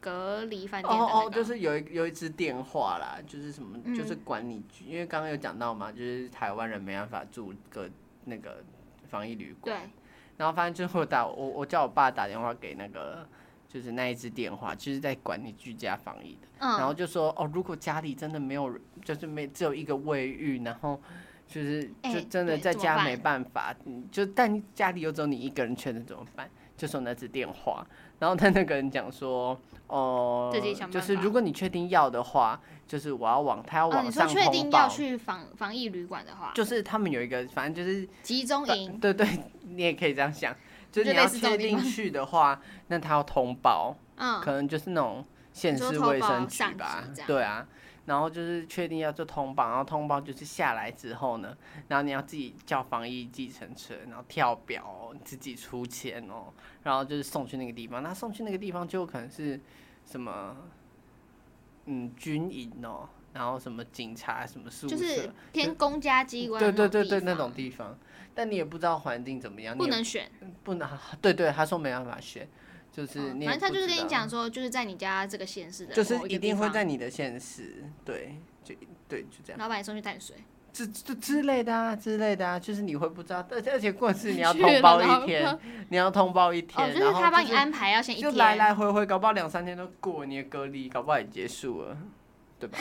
[SPEAKER 1] 隔离饭店的、那
[SPEAKER 2] 哦
[SPEAKER 1] 个嗯
[SPEAKER 2] 哦，就是有一有一支电话啦，就是什么，就是管理局，因为刚刚有讲到嘛，就是台湾人没办法住个那个防疫旅馆，
[SPEAKER 1] 对，
[SPEAKER 2] 然后反正就我打我我叫我爸打电话给那个。就是那一支电话，就是在管理居家防疫的，然
[SPEAKER 1] 嗯，
[SPEAKER 2] 后就说哦，如果家里真的没有，就是没只有一个卫浴，然后就是
[SPEAKER 1] 哎
[SPEAKER 2] 就真的
[SPEAKER 1] 对
[SPEAKER 2] 在
[SPEAKER 1] 怎么
[SPEAKER 2] 家
[SPEAKER 1] 办
[SPEAKER 2] 没办法，嗯就但家里又只有你一个人确诊怎么办？就说那支电话，然后他那个人讲说，哦、
[SPEAKER 1] 自己想
[SPEAKER 2] 就
[SPEAKER 1] 办
[SPEAKER 2] 是
[SPEAKER 1] 法
[SPEAKER 2] 如果你确定要的话，就是我要往他要
[SPEAKER 1] 哦，
[SPEAKER 2] 往
[SPEAKER 1] 你说
[SPEAKER 2] 上
[SPEAKER 1] 确
[SPEAKER 2] 通
[SPEAKER 1] 定要
[SPEAKER 2] 报，
[SPEAKER 1] 去防防疫旅馆的话，
[SPEAKER 2] 就是他们有一个，反正就是
[SPEAKER 1] 集中营，
[SPEAKER 2] 对对，你也可以这样想，就是
[SPEAKER 1] 就
[SPEAKER 2] 你
[SPEAKER 1] 类
[SPEAKER 2] 要
[SPEAKER 1] 似这种
[SPEAKER 2] 确
[SPEAKER 1] 地
[SPEAKER 2] 定
[SPEAKER 1] 方
[SPEAKER 2] 去的话，那他要通报，
[SPEAKER 1] 嗯，
[SPEAKER 2] 可能就是那种县
[SPEAKER 1] 你说
[SPEAKER 2] 市
[SPEAKER 1] 投
[SPEAKER 2] 卫
[SPEAKER 1] 保
[SPEAKER 2] 生局
[SPEAKER 1] 上
[SPEAKER 2] 吧
[SPEAKER 1] 级这，样
[SPEAKER 2] 对啊，然后就是确定要做通报，然后通报就是下来之后呢，然后你要自己叫防疫计程车，然后跳表哦、自己出钱哦、然后就是送去那个地方，那送去那个地方就有可能是什么，嗯，军营哦、然后什么警察什么宿舍，
[SPEAKER 1] 就是偏公家机关，
[SPEAKER 2] 对对对对那种，地方，但你也不知道环境怎么样，你
[SPEAKER 1] 不
[SPEAKER 2] 也
[SPEAKER 1] 能选。
[SPEAKER 2] 不能， <laughs> 对对，他说没办法选，就是
[SPEAKER 1] 嗯
[SPEAKER 2] 你也
[SPEAKER 1] 反正他
[SPEAKER 2] 不
[SPEAKER 1] 就是
[SPEAKER 2] 知
[SPEAKER 1] 跟你
[SPEAKER 2] 道
[SPEAKER 1] 讲说，就是在你家这个县市的，
[SPEAKER 2] 就是一定会在你的现实，对，就对，就这样，
[SPEAKER 1] 老板送去淡水，
[SPEAKER 2] 这这之类的啊，之类的啊，就是你会不知道，而且而且过是你要
[SPEAKER 1] 去了
[SPEAKER 2] 通报
[SPEAKER 1] 然
[SPEAKER 2] 一
[SPEAKER 1] 后 <laughs>
[SPEAKER 2] 天，你要通报一天，
[SPEAKER 1] 哦，就
[SPEAKER 2] 然
[SPEAKER 1] 是
[SPEAKER 2] 后
[SPEAKER 1] 他帮你
[SPEAKER 2] 是
[SPEAKER 1] 安排要先一
[SPEAKER 2] 就
[SPEAKER 1] 天，
[SPEAKER 2] 来来回回，搞不好两三天都过，你的隔离搞不好也结束了，对
[SPEAKER 1] <laughs>
[SPEAKER 2] 吧？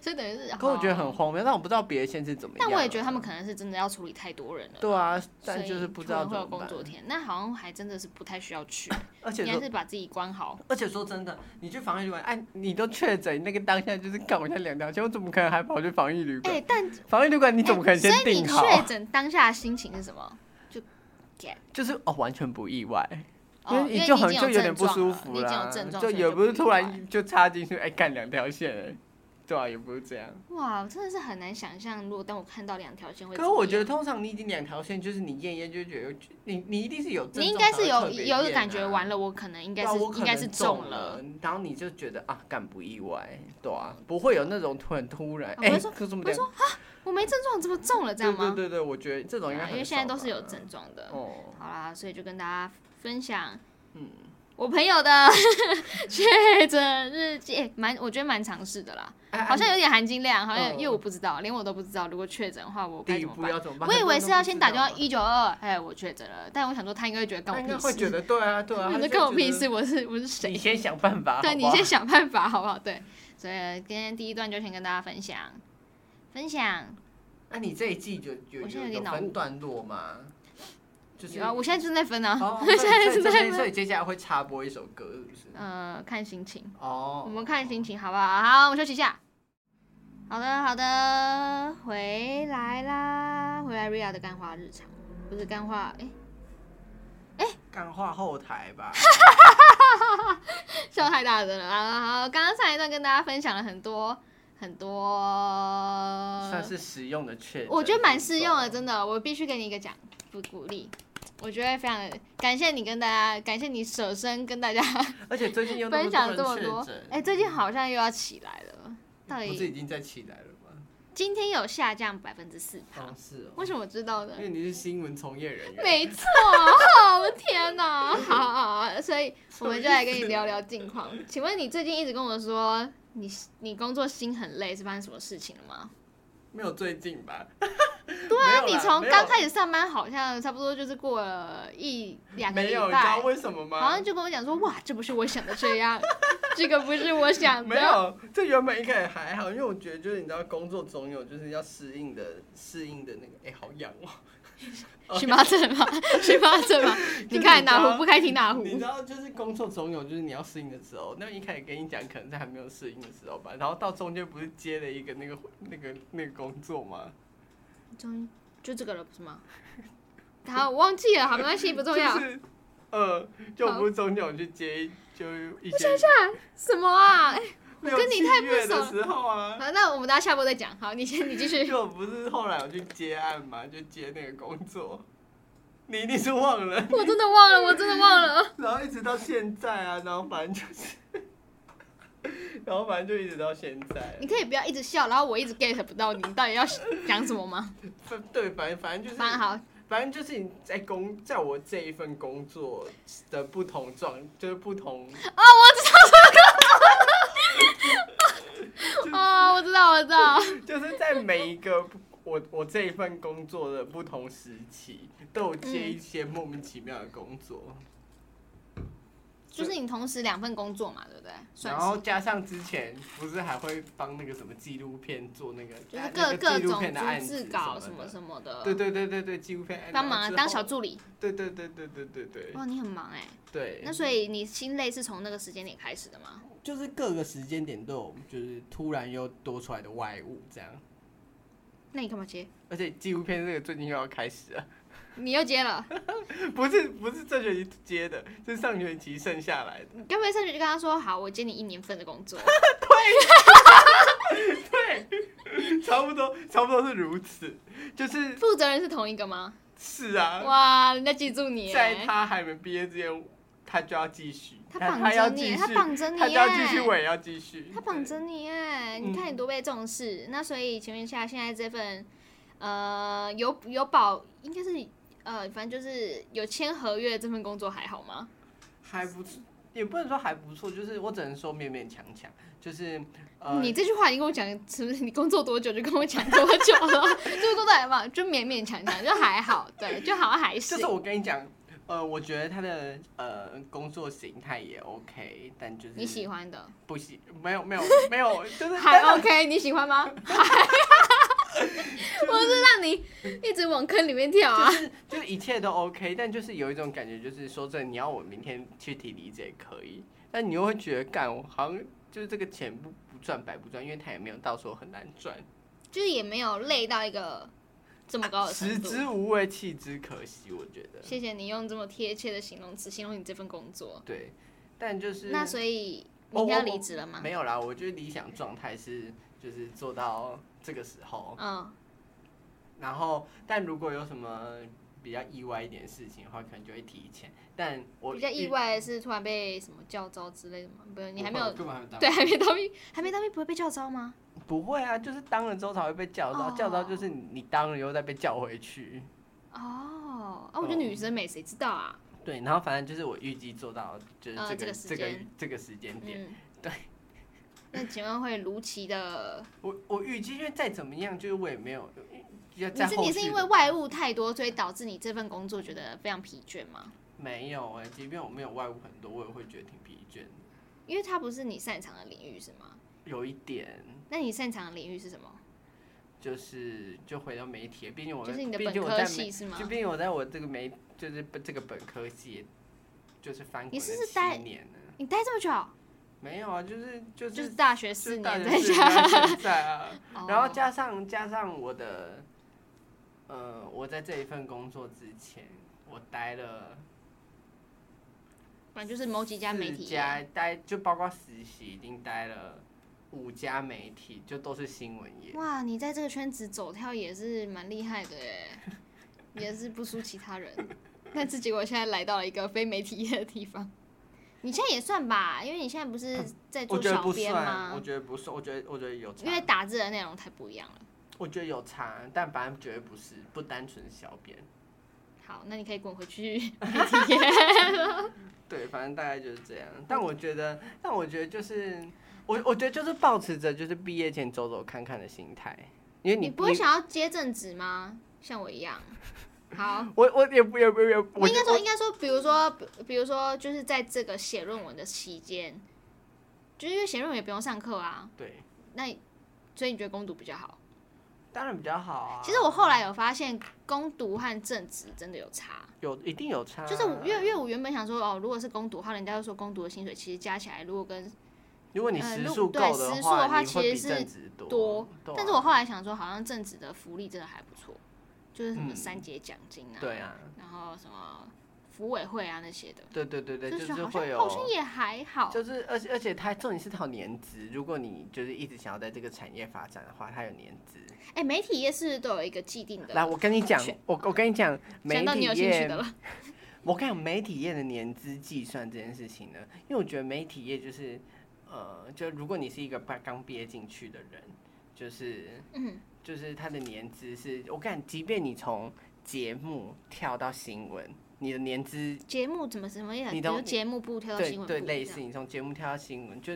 [SPEAKER 1] 所以等于是。
[SPEAKER 2] 可我觉得
[SPEAKER 1] 哦
[SPEAKER 2] 很荒谬，但我不知道别的县市怎么样
[SPEAKER 1] 但
[SPEAKER 2] 啊，
[SPEAKER 1] 我也觉得他们可能是真的要处理太多人了，
[SPEAKER 2] 对啊，
[SPEAKER 1] 所
[SPEAKER 2] 但
[SPEAKER 1] 以
[SPEAKER 2] 就是不知道
[SPEAKER 1] 突然会
[SPEAKER 2] 怎
[SPEAKER 1] 有
[SPEAKER 2] 么
[SPEAKER 1] 工
[SPEAKER 2] 办，
[SPEAKER 1] 作天，那好像还真的是不太需要去，
[SPEAKER 2] 而且
[SPEAKER 1] 应该
[SPEAKER 2] 说
[SPEAKER 1] 是把自己关好。
[SPEAKER 2] 而且说真的，你去防疫旅馆，哎，你都确诊，那个当下就是干我下两条线，我怎么可能还跑去防疫旅
[SPEAKER 1] 哎、
[SPEAKER 2] 馆？
[SPEAKER 1] 但
[SPEAKER 2] 防疫旅馆你怎么可能
[SPEAKER 1] 所
[SPEAKER 2] 先
[SPEAKER 1] 以你
[SPEAKER 2] 订好？
[SPEAKER 1] 确诊当下的心情是什么？
[SPEAKER 2] 就是哦，完全不意外，
[SPEAKER 1] 哦，
[SPEAKER 2] 你
[SPEAKER 1] 为
[SPEAKER 2] 就
[SPEAKER 1] 你已
[SPEAKER 2] 很
[SPEAKER 1] 经
[SPEAKER 2] 就
[SPEAKER 1] 有
[SPEAKER 2] 有
[SPEAKER 1] 症
[SPEAKER 2] 点不
[SPEAKER 1] 状
[SPEAKER 2] 舒
[SPEAKER 1] 了
[SPEAKER 2] 服
[SPEAKER 1] 你已经
[SPEAKER 2] 啦
[SPEAKER 1] 有症，状，
[SPEAKER 2] 就
[SPEAKER 1] 所以
[SPEAKER 2] 也不是
[SPEAKER 1] 意
[SPEAKER 2] 突
[SPEAKER 1] 外
[SPEAKER 2] 然就插进去，哎，干两条线，哎对啊，也不是这样。
[SPEAKER 1] 哇，我真的是很难想象，如果当我看到两条线会
[SPEAKER 2] 可
[SPEAKER 1] 怎
[SPEAKER 2] 是
[SPEAKER 1] 么
[SPEAKER 2] 我
[SPEAKER 1] 样，
[SPEAKER 2] 觉得通常你已经两条线，就是你验一验就觉得你你一定是有症状
[SPEAKER 1] 你应该是
[SPEAKER 2] 才会
[SPEAKER 1] 有
[SPEAKER 2] 特别
[SPEAKER 1] 有一个
[SPEAKER 2] 验
[SPEAKER 1] 感觉，
[SPEAKER 2] 啊
[SPEAKER 1] 完了我可能应该
[SPEAKER 2] 对啊
[SPEAKER 1] 是
[SPEAKER 2] 我可
[SPEAKER 1] 应该
[SPEAKER 2] 能
[SPEAKER 1] 是
[SPEAKER 2] 中
[SPEAKER 1] 了，，
[SPEAKER 2] 然后你就觉得啊，干不意外，对啊，不会有那种突然突然，
[SPEAKER 1] 我会
[SPEAKER 2] 哎，
[SPEAKER 1] 说
[SPEAKER 2] 可是我们
[SPEAKER 1] 我会说我没症状怎么中了这样吗？
[SPEAKER 2] 对对对对，我觉得这种应
[SPEAKER 1] 对
[SPEAKER 2] 该
[SPEAKER 1] 啊因为
[SPEAKER 2] 很
[SPEAKER 1] 现在
[SPEAKER 2] 少
[SPEAKER 1] 都是
[SPEAKER 2] 吧
[SPEAKER 1] 有症状的。
[SPEAKER 2] 哦，
[SPEAKER 1] 好啦，所以就跟大家分享，
[SPEAKER 2] 嗯
[SPEAKER 1] 我朋友的 <laughs> 确诊日记，诶蛮、我觉得蛮尝试的啦，
[SPEAKER 2] 哎
[SPEAKER 1] 好像有点含金量，好像、
[SPEAKER 2] 嗯
[SPEAKER 1] 因为我不知道，连我都不知道，如果确诊的话我该
[SPEAKER 2] 第一
[SPEAKER 1] 怎么
[SPEAKER 2] 步
[SPEAKER 1] 办？
[SPEAKER 2] 要怎么办？
[SPEAKER 1] 我以
[SPEAKER 2] 很多
[SPEAKER 1] 为
[SPEAKER 2] 人
[SPEAKER 1] 是
[SPEAKER 2] 都
[SPEAKER 1] 要
[SPEAKER 2] 不
[SPEAKER 1] 先
[SPEAKER 2] 知
[SPEAKER 1] 打
[SPEAKER 2] 道
[SPEAKER 1] 电话
[SPEAKER 2] 嘛
[SPEAKER 1] 一九二，哎，我确诊了，但我想说他应该会觉得
[SPEAKER 2] 他
[SPEAKER 1] 干
[SPEAKER 2] 应
[SPEAKER 1] 我
[SPEAKER 2] 该
[SPEAKER 1] 屁
[SPEAKER 2] 会觉
[SPEAKER 1] 事，
[SPEAKER 2] 得对啊对啊，
[SPEAKER 1] 你
[SPEAKER 2] 他
[SPEAKER 1] 们
[SPEAKER 2] 就
[SPEAKER 1] 干我
[SPEAKER 2] 觉
[SPEAKER 1] 屁
[SPEAKER 2] 得
[SPEAKER 1] 事，，我是我是谁
[SPEAKER 2] 你？先想办
[SPEAKER 1] <laughs>
[SPEAKER 2] 法，
[SPEAKER 1] 对
[SPEAKER 2] 好
[SPEAKER 1] 你
[SPEAKER 2] 不好
[SPEAKER 1] 先想办法好不好？对，所以今天第一段就先跟大家分享，分享，
[SPEAKER 2] 那你这一季就有
[SPEAKER 1] 我现在
[SPEAKER 2] 有
[SPEAKER 1] 有点
[SPEAKER 2] 有
[SPEAKER 1] 脑雾
[SPEAKER 2] 分段落吗？就是
[SPEAKER 1] 有啊，我现在正在分啊， <laughs>
[SPEAKER 2] 哦，
[SPEAKER 1] 我
[SPEAKER 2] 所以
[SPEAKER 1] 现在
[SPEAKER 2] 所
[SPEAKER 1] 正
[SPEAKER 2] 以所
[SPEAKER 1] 在
[SPEAKER 2] 以
[SPEAKER 1] 分
[SPEAKER 2] 所以接下来会插播一首歌，是不是？
[SPEAKER 1] 呃，看心情，
[SPEAKER 2] 哦，
[SPEAKER 1] 我们看心情好不好？好，我们休息一下。好的，好的，回来啦，回来 Ria 的干话日常，不是干话，哎、
[SPEAKER 2] 干话后台吧。
[SPEAKER 1] 笑太大声了啊！好刚刚上一段跟大家分享了很多很多，
[SPEAKER 2] <laughs> 算是实用的确诊
[SPEAKER 1] 嗯
[SPEAKER 2] 步骤，
[SPEAKER 1] 我觉得蛮适用的，真的，我必须给你一个奖，不鼓励。我觉得非常的感谢你跟大家，感谢你舍身跟大家
[SPEAKER 2] 而且最近又那
[SPEAKER 1] 分享这
[SPEAKER 2] 多
[SPEAKER 1] 么
[SPEAKER 2] 人
[SPEAKER 1] 多
[SPEAKER 2] 确诊。
[SPEAKER 1] 哎、最近好像又要起来了，到
[SPEAKER 2] 不是已
[SPEAKER 1] 底
[SPEAKER 2] 经在起来了吗？
[SPEAKER 1] 今天有下降百分之四
[SPEAKER 2] 哦，是哦，
[SPEAKER 1] 为什么我知道呢
[SPEAKER 2] 因？为你是新闻从业人员。
[SPEAKER 1] 没错， <laughs> 哦我的天哪，好好好，所以我们就来跟你聊聊近况。请问你最近一直跟我说你你工作心很累，是发生什么事情了吗？
[SPEAKER 2] 没有最近吧？
[SPEAKER 1] 对啊，
[SPEAKER 2] 没有啦
[SPEAKER 1] 你从
[SPEAKER 2] 没有
[SPEAKER 1] 刚开始上班好像差不多就是过了一两个
[SPEAKER 2] 没
[SPEAKER 1] 礼
[SPEAKER 2] 有，你知道
[SPEAKER 1] 拜，
[SPEAKER 2] 为什么
[SPEAKER 1] 好
[SPEAKER 2] 吗
[SPEAKER 1] 像？就跟我讲说，哇，这不是我想的这样， <laughs> 这个不是我想
[SPEAKER 2] 没
[SPEAKER 1] 的。
[SPEAKER 2] 有，这原本应该也还好，因为我觉得就是你知道，工作总有就是要适应的适应的那个，哎、好痒哦、
[SPEAKER 1] 荨麻疹吗？ <laughs> 荨麻疹
[SPEAKER 2] <laughs>
[SPEAKER 1] 吗？你看哪壶不开提哪壶
[SPEAKER 2] 你。知道，就是工作总有就是你要适应的时候。那一开始跟你讲，可能在还没有适应的时候吧。然后到中间不是接了一个那个那个那个工作吗？
[SPEAKER 1] 终于就这个了，不是吗？好，我忘记了，好，没关系，不重要
[SPEAKER 2] <laughs> 就。是呃，就我不是中间有去接一就是一些
[SPEAKER 1] 什么啊？哎
[SPEAKER 2] 六
[SPEAKER 1] 跟你
[SPEAKER 2] 七
[SPEAKER 1] 太不
[SPEAKER 2] 月
[SPEAKER 1] 熟
[SPEAKER 2] 的
[SPEAKER 1] 了
[SPEAKER 2] 时候啊。
[SPEAKER 1] 好，那我们大家下播再讲。好，你先，你继
[SPEAKER 2] <laughs>
[SPEAKER 1] 续。
[SPEAKER 2] 就不是后来我去接案嘛，就接那个工作，你一定是忘了， <laughs>
[SPEAKER 1] 我真的忘了，我真的忘了。
[SPEAKER 2] 然后一直到现在啊，然后反正就是， <laughs> 然后反正就一直到现在
[SPEAKER 1] <laughs> 你，可以不要一直笑，然后我一直 get 不到你，你到底要讲什么
[SPEAKER 2] <laughs>
[SPEAKER 1] 吗？
[SPEAKER 2] 反对，反正反正就是，
[SPEAKER 1] 反正好，
[SPEAKER 2] 反正就是你在工，在我这一份工作的不同状，就是不同，
[SPEAKER 1] 哦，
[SPEAKER 2] <laughs>
[SPEAKER 1] 我知道，我知道。
[SPEAKER 2] 就是在每一个我我这一份工作的不同时期，都有接
[SPEAKER 1] 嗯
[SPEAKER 2] 一些莫名其妙的工作。
[SPEAKER 1] 就是你同时两份工作嘛，对不对？算
[SPEAKER 2] 然后
[SPEAKER 1] 是，
[SPEAKER 2] 加上之前不是还会帮那个什么纪录片做那个，啊
[SPEAKER 1] 就是
[SPEAKER 2] 那
[SPEAKER 1] 各
[SPEAKER 2] 个
[SPEAKER 1] 各
[SPEAKER 2] 纪录
[SPEAKER 1] 种
[SPEAKER 2] 片的案
[SPEAKER 1] 逐
[SPEAKER 2] 子
[SPEAKER 1] 字稿什么
[SPEAKER 2] 么的。
[SPEAKER 1] 什么
[SPEAKER 2] 对
[SPEAKER 1] 的，
[SPEAKER 2] 对对对对，纪录片案子
[SPEAKER 1] 帮忙
[SPEAKER 2] 之
[SPEAKER 1] 当小
[SPEAKER 2] 后。
[SPEAKER 1] 助理。
[SPEAKER 2] 对对对对对对对
[SPEAKER 1] 哇，你很忙哎。
[SPEAKER 2] 对
[SPEAKER 1] 那，所以你心累是从那个时间点开始的吗？
[SPEAKER 2] 就是各个时间点都有，就是突然又多出来的外物这样。
[SPEAKER 1] 那你干嘛接？
[SPEAKER 2] 而且纪录片这个最近又要开始了， <laughs>
[SPEAKER 1] 你又接了，
[SPEAKER 2] 不是不是这学期接的，是上学期剩下来的。
[SPEAKER 1] 你该不会上去就跟他说，好，我接你一年份的工
[SPEAKER 2] <laughs>
[SPEAKER 1] 作？
[SPEAKER 2] <laughs> 差不多差不多是如此，就是
[SPEAKER 1] 负责人是同一个吗？
[SPEAKER 2] 是啊，
[SPEAKER 1] 哇，人家记住你耶，欸
[SPEAKER 2] 在他还没毕业之前，他就要继续，
[SPEAKER 1] 他
[SPEAKER 2] 他
[SPEAKER 1] 绑
[SPEAKER 2] 要
[SPEAKER 1] 着
[SPEAKER 2] 继
[SPEAKER 1] 你，欸
[SPEAKER 2] 续，
[SPEAKER 1] 他绑着你欸
[SPEAKER 2] 他就要继续，
[SPEAKER 1] 耶，
[SPEAKER 2] 我也要继续。
[SPEAKER 1] 他绑着你耶，
[SPEAKER 2] 嗯
[SPEAKER 1] 你看你多被重视。那所以请问一下，现在这份呃有有保，应该是呃，反正就是有签合约的这份工作还好吗？
[SPEAKER 2] 还不错，也不能说还不错，就是我只能说勉勉强强，就是呃，
[SPEAKER 1] 你这句话已经跟我讲，是不是你工作多久就跟我讲多久了？ <laughs> 这个工作还好，就勉勉强强，就还好，对，就好像还
[SPEAKER 2] 就是是。我跟你讲，呃，我觉得他的呃工作形态也 OK，但就是
[SPEAKER 1] 你喜欢的
[SPEAKER 2] 不喜没有没有没有，就是
[SPEAKER 1] 还 OK，你喜欢吗？ <laughs> 还我是让你一直往坑里面跳啊！
[SPEAKER 2] 就是就是一切都 OK，但就是有一种感觉，就是说真的，你要我明天去提离职也可以，但你又会觉得干，我好像就是这个钱不不赚白不赚，因为他也没有到时候很难赚，
[SPEAKER 1] 就是也没有累到一个这么高的
[SPEAKER 2] 食
[SPEAKER 1] 程度。
[SPEAKER 2] 之无味，弃之可惜，我觉得
[SPEAKER 1] 谢谢你用这么贴切的形容词形容你这份工作。
[SPEAKER 2] 嗯对，但就是
[SPEAKER 1] 那所以你
[SPEAKER 2] 哦
[SPEAKER 1] 应该要
[SPEAKER 2] 我
[SPEAKER 1] 离职了吗？
[SPEAKER 2] 没有啦，我觉得理想状态是就是做到这个时候，
[SPEAKER 1] 嗯，
[SPEAKER 2] 然后但如果有什么比较意外一点的事情的话，可能就会提前。但我
[SPEAKER 1] 比较意
[SPEAKER 2] 预，
[SPEAKER 1] 外的是突然被什么叫招之类的吗？不是，你还没有
[SPEAKER 2] 哦我根本还没
[SPEAKER 1] <laughs>
[SPEAKER 2] 当
[SPEAKER 1] 对，还没当兵，还没当兵不会被叫招吗？
[SPEAKER 2] 不会啊，就是当了之后才会被叫到，
[SPEAKER 1] 哦
[SPEAKER 2] 叫到就是你你当了以后再被叫回去。
[SPEAKER 1] 哦，啊，我觉得女生美谁知道啊？
[SPEAKER 2] 对，然后反正就是我预计做到就是
[SPEAKER 1] 呃
[SPEAKER 2] 这
[SPEAKER 1] 这
[SPEAKER 2] 个、
[SPEAKER 1] 个
[SPEAKER 2] 这
[SPEAKER 1] 时
[SPEAKER 2] 个
[SPEAKER 1] 间
[SPEAKER 2] 这个时间点。
[SPEAKER 1] 嗯，
[SPEAKER 2] 对。
[SPEAKER 1] 那请问会如期的？
[SPEAKER 2] 我我预计，因为再怎么样，就是我也没有，要
[SPEAKER 1] 你
[SPEAKER 2] <laughs> 在
[SPEAKER 1] 是
[SPEAKER 2] 后
[SPEAKER 1] 你
[SPEAKER 2] 续
[SPEAKER 1] 是因为外务太多，所以导致你这份工作觉得非常疲倦吗？
[SPEAKER 2] 没有哎、即便我没有外务很多，我也会觉得挺疲倦的，
[SPEAKER 1] 因为它不是你擅长的领域是吗？
[SPEAKER 2] 有一点。
[SPEAKER 1] 那你擅长的领域是什么？
[SPEAKER 2] 就是就回到媒体，毕竟我
[SPEAKER 1] 就是你的
[SPEAKER 2] 毕
[SPEAKER 1] 本
[SPEAKER 2] 竟我
[SPEAKER 1] 科
[SPEAKER 2] 在媒
[SPEAKER 1] 系是吗
[SPEAKER 2] 就？毕竟我在我这个媒就是这个本科系，就是翻滚
[SPEAKER 1] 你
[SPEAKER 2] 了
[SPEAKER 1] 是不是
[SPEAKER 2] 七
[SPEAKER 1] 待
[SPEAKER 2] 年了，
[SPEAKER 1] 你待这么久，
[SPEAKER 2] 没有啊，就是就
[SPEAKER 1] 就是是大学
[SPEAKER 2] 就
[SPEAKER 1] 四
[SPEAKER 2] 是大
[SPEAKER 1] 年
[SPEAKER 2] 学
[SPEAKER 1] 在
[SPEAKER 2] 四
[SPEAKER 1] 家，
[SPEAKER 2] 到现在啊，然
[SPEAKER 1] <laughs>
[SPEAKER 2] 后
[SPEAKER 1] 哦
[SPEAKER 2] 加上加上我的，呃，我在这一份工作之前，我待了
[SPEAKER 1] 反正就是某几家媒
[SPEAKER 2] 四
[SPEAKER 1] 体业，
[SPEAKER 2] 家，待就包括实习已经待了五家媒体，就都是新闻业。
[SPEAKER 1] 哇，你在这个圈子走跳也是蛮厉害的
[SPEAKER 2] <laughs>
[SPEAKER 1] 耶，也是不输其他人。但是结果现在来到了一个非媒体业的地方，你现在也算吧，因为你现在不是在
[SPEAKER 2] 我
[SPEAKER 1] 做
[SPEAKER 2] 觉得
[SPEAKER 1] 小
[SPEAKER 2] 不
[SPEAKER 1] 编
[SPEAKER 2] 算，我
[SPEAKER 1] 吗？
[SPEAKER 2] 觉得不算，我觉得我觉得有差
[SPEAKER 1] 因为打字的内容太不一样了。
[SPEAKER 2] 我觉得有差，但反正绝对不是，不单纯小编。
[SPEAKER 1] 好，那你可以滚回去媒体业。
[SPEAKER 2] 对，反正大概就是这样。但我觉得，但我觉得就是，我我觉得就是保持着就是毕业前走走看看的心态。因为
[SPEAKER 1] 你
[SPEAKER 2] 哎你
[SPEAKER 1] 不会，想要接正职吗？像我一样。好，
[SPEAKER 2] <laughs> 我我也不也不也不，我
[SPEAKER 1] 应该说，
[SPEAKER 2] 我
[SPEAKER 1] 应该说，比如说，比比如说，就是在这个写论文的期间，就是因为写论文也不用上课啊，
[SPEAKER 2] 对，
[SPEAKER 1] 那你所以你觉得攻读比较好？
[SPEAKER 2] 当然比较好啊。
[SPEAKER 1] 其实我后来有发现，攻读和正职真的有差。
[SPEAKER 2] 有一定有差啊，
[SPEAKER 1] 就是我因为因为我原本想说，哦，如果是攻读的话，人家就说攻读的薪水其实加起来，如果跟
[SPEAKER 2] 如果你
[SPEAKER 1] 呃
[SPEAKER 2] 时
[SPEAKER 1] 如
[SPEAKER 2] 数够
[SPEAKER 1] 对
[SPEAKER 2] 的
[SPEAKER 1] 时数
[SPEAKER 2] 话，
[SPEAKER 1] 的话
[SPEAKER 2] 你
[SPEAKER 1] 其
[SPEAKER 2] 会
[SPEAKER 1] 实
[SPEAKER 2] 比
[SPEAKER 1] 是
[SPEAKER 2] 正职多
[SPEAKER 1] 多
[SPEAKER 2] 对啊
[SPEAKER 1] 但是我后来想说，好像正职的福利真的还不错，就是什么
[SPEAKER 2] 嗯
[SPEAKER 1] 三节奖金啊，
[SPEAKER 2] 对啊，
[SPEAKER 1] 然后什么福委会啊那些的，
[SPEAKER 2] 对对对对，
[SPEAKER 1] 就是
[SPEAKER 2] 是
[SPEAKER 1] 好
[SPEAKER 2] 会
[SPEAKER 1] 像
[SPEAKER 2] 有，
[SPEAKER 1] 好像也还好，
[SPEAKER 2] 就是而且而且它重点是它有年资，如果你就是一直想要在这个产业发展的话，它有年资。
[SPEAKER 1] 哎、媒体业是不是都有一个既定的？
[SPEAKER 2] 来，我跟你讲
[SPEAKER 1] 选，
[SPEAKER 2] 我我跟你讲，媒
[SPEAKER 1] 想到
[SPEAKER 2] 体
[SPEAKER 1] 你有兴趣
[SPEAKER 2] 业
[SPEAKER 1] 的，了，
[SPEAKER 2] 我跟你讲，媒体业的年资计算这件事情呢，因为我觉得媒体业就是，呃，就如果你是一个刚刚毕业进去的人，就是
[SPEAKER 1] 嗯，
[SPEAKER 2] 就是他的年资是，我感，即便你从节目跳到新闻，你的年资
[SPEAKER 1] 节目怎么什么也，比
[SPEAKER 2] 你
[SPEAKER 1] 如
[SPEAKER 2] 懂
[SPEAKER 1] 节目部跳到
[SPEAKER 2] 对
[SPEAKER 1] 新闻部
[SPEAKER 2] 对
[SPEAKER 1] 这
[SPEAKER 2] 类
[SPEAKER 1] 样
[SPEAKER 2] 似，你从节目跳到新闻，就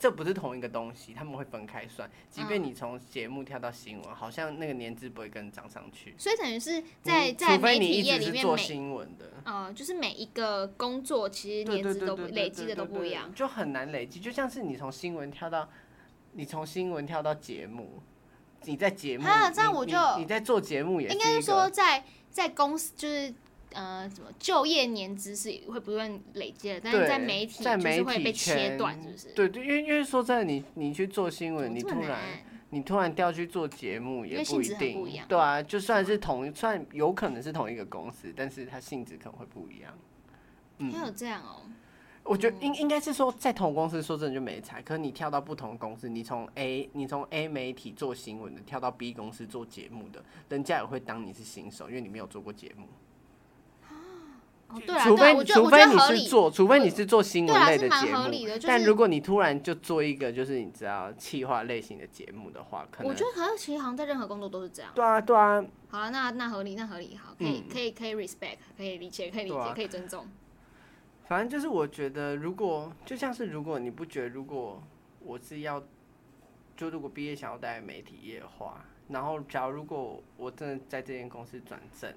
[SPEAKER 2] 这不是同一个东西，他们会分开算。即
[SPEAKER 1] 嗯
[SPEAKER 2] 便你从节目跳到新闻，好像那个年资不会跟涨上去。
[SPEAKER 1] 所以等于是在
[SPEAKER 2] 你
[SPEAKER 1] 在
[SPEAKER 2] 除非
[SPEAKER 1] 媒
[SPEAKER 2] 你
[SPEAKER 1] 体
[SPEAKER 2] 一
[SPEAKER 1] 业
[SPEAKER 2] 直
[SPEAKER 1] 里
[SPEAKER 2] 是
[SPEAKER 1] 面
[SPEAKER 2] 做
[SPEAKER 1] 每
[SPEAKER 2] 新闻的，
[SPEAKER 1] 呃，就是每一个工作其实
[SPEAKER 2] 对
[SPEAKER 1] 年
[SPEAKER 2] 对
[SPEAKER 1] 资
[SPEAKER 2] 对
[SPEAKER 1] 都不
[SPEAKER 2] 对对
[SPEAKER 1] 累
[SPEAKER 2] 对
[SPEAKER 1] 积的
[SPEAKER 2] 对
[SPEAKER 1] 都不
[SPEAKER 2] 对
[SPEAKER 1] 一样，
[SPEAKER 2] 就很难累积。就像是你从新闻跳到，你从新闻跳到节目，你在节目，
[SPEAKER 1] 哈这样
[SPEAKER 2] 你
[SPEAKER 1] 我
[SPEAKER 2] 你
[SPEAKER 1] 就
[SPEAKER 2] 你在做节目也是
[SPEAKER 1] 应该是
[SPEAKER 2] 一个
[SPEAKER 1] 说在在公司就是。呃，什么就业年资是会不断累积的，但是
[SPEAKER 2] 对
[SPEAKER 1] 在媒体
[SPEAKER 2] 在
[SPEAKER 1] 就是
[SPEAKER 2] 媒
[SPEAKER 1] 会
[SPEAKER 2] 体
[SPEAKER 1] 被切
[SPEAKER 2] 圈
[SPEAKER 1] 断，是不是？
[SPEAKER 2] 对对，因为因为说真的，你你去做新
[SPEAKER 1] 怎
[SPEAKER 2] 闻，
[SPEAKER 1] 么
[SPEAKER 2] 你
[SPEAKER 1] 这么
[SPEAKER 2] 突然
[SPEAKER 1] 难？
[SPEAKER 2] 你突然调去做节目
[SPEAKER 1] 因为
[SPEAKER 2] 也
[SPEAKER 1] 性
[SPEAKER 2] 不
[SPEAKER 1] 质
[SPEAKER 2] 一
[SPEAKER 1] 很
[SPEAKER 2] 定，
[SPEAKER 1] 不一样
[SPEAKER 2] 对啊，就算是同，算有可能是同一个公司，但是它性质可能会不一样。嗯
[SPEAKER 1] 还有这样哦、
[SPEAKER 2] 我觉得应应该是说，在同公司说真的就没差，可是你跳到不同公司，你从 A 你从 A 媒体做新闻的，跳到 B 公司做节目的，人家也会当你是新手，因为你没有做过节目。
[SPEAKER 1] 哦，对啦，对
[SPEAKER 2] 除非
[SPEAKER 1] 啦，我觉得
[SPEAKER 2] 除
[SPEAKER 1] 我觉
[SPEAKER 2] 非
[SPEAKER 1] 得
[SPEAKER 2] 你
[SPEAKER 1] 合
[SPEAKER 2] 是
[SPEAKER 1] 理。嗯
[SPEAKER 2] 做，除非你是做新
[SPEAKER 1] 对
[SPEAKER 2] 闻
[SPEAKER 1] 啦，
[SPEAKER 2] 类
[SPEAKER 1] 是蛮
[SPEAKER 2] 节
[SPEAKER 1] 合
[SPEAKER 2] 目，
[SPEAKER 1] 理的，就
[SPEAKER 2] 但
[SPEAKER 1] 是
[SPEAKER 2] 如果你突然就做一个就是你知道企划类型的节目的话，可
[SPEAKER 1] 我
[SPEAKER 2] 能
[SPEAKER 1] 觉得可是其实好像在任何工作都是这样。
[SPEAKER 2] 对啊对啊，
[SPEAKER 1] 好了，那那合理，那合理，好，可以、可以可以 respect，可以理解，可以理解，
[SPEAKER 2] 嗯对啊
[SPEAKER 1] 可以尊重。
[SPEAKER 2] 反正就是我觉得，如果就像是如果你不觉得，如果我是要，就如果毕业想要待媒体业的话，然后假如如果我真的在这间公司转正了，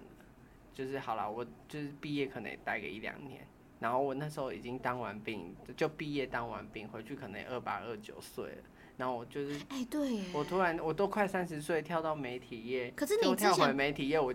[SPEAKER 2] 就是好了，我就是毕业可能也待个一两年，然后我那时候已经当完兵，就毕业当完兵回去可能也二八二九岁了，然后我就是
[SPEAKER 1] 哎、对耶，
[SPEAKER 2] 我突然我都快三十岁跳到媒体业，
[SPEAKER 1] 可是
[SPEAKER 2] 就
[SPEAKER 1] 你之
[SPEAKER 2] 跳回
[SPEAKER 1] 前
[SPEAKER 2] 媒体业我，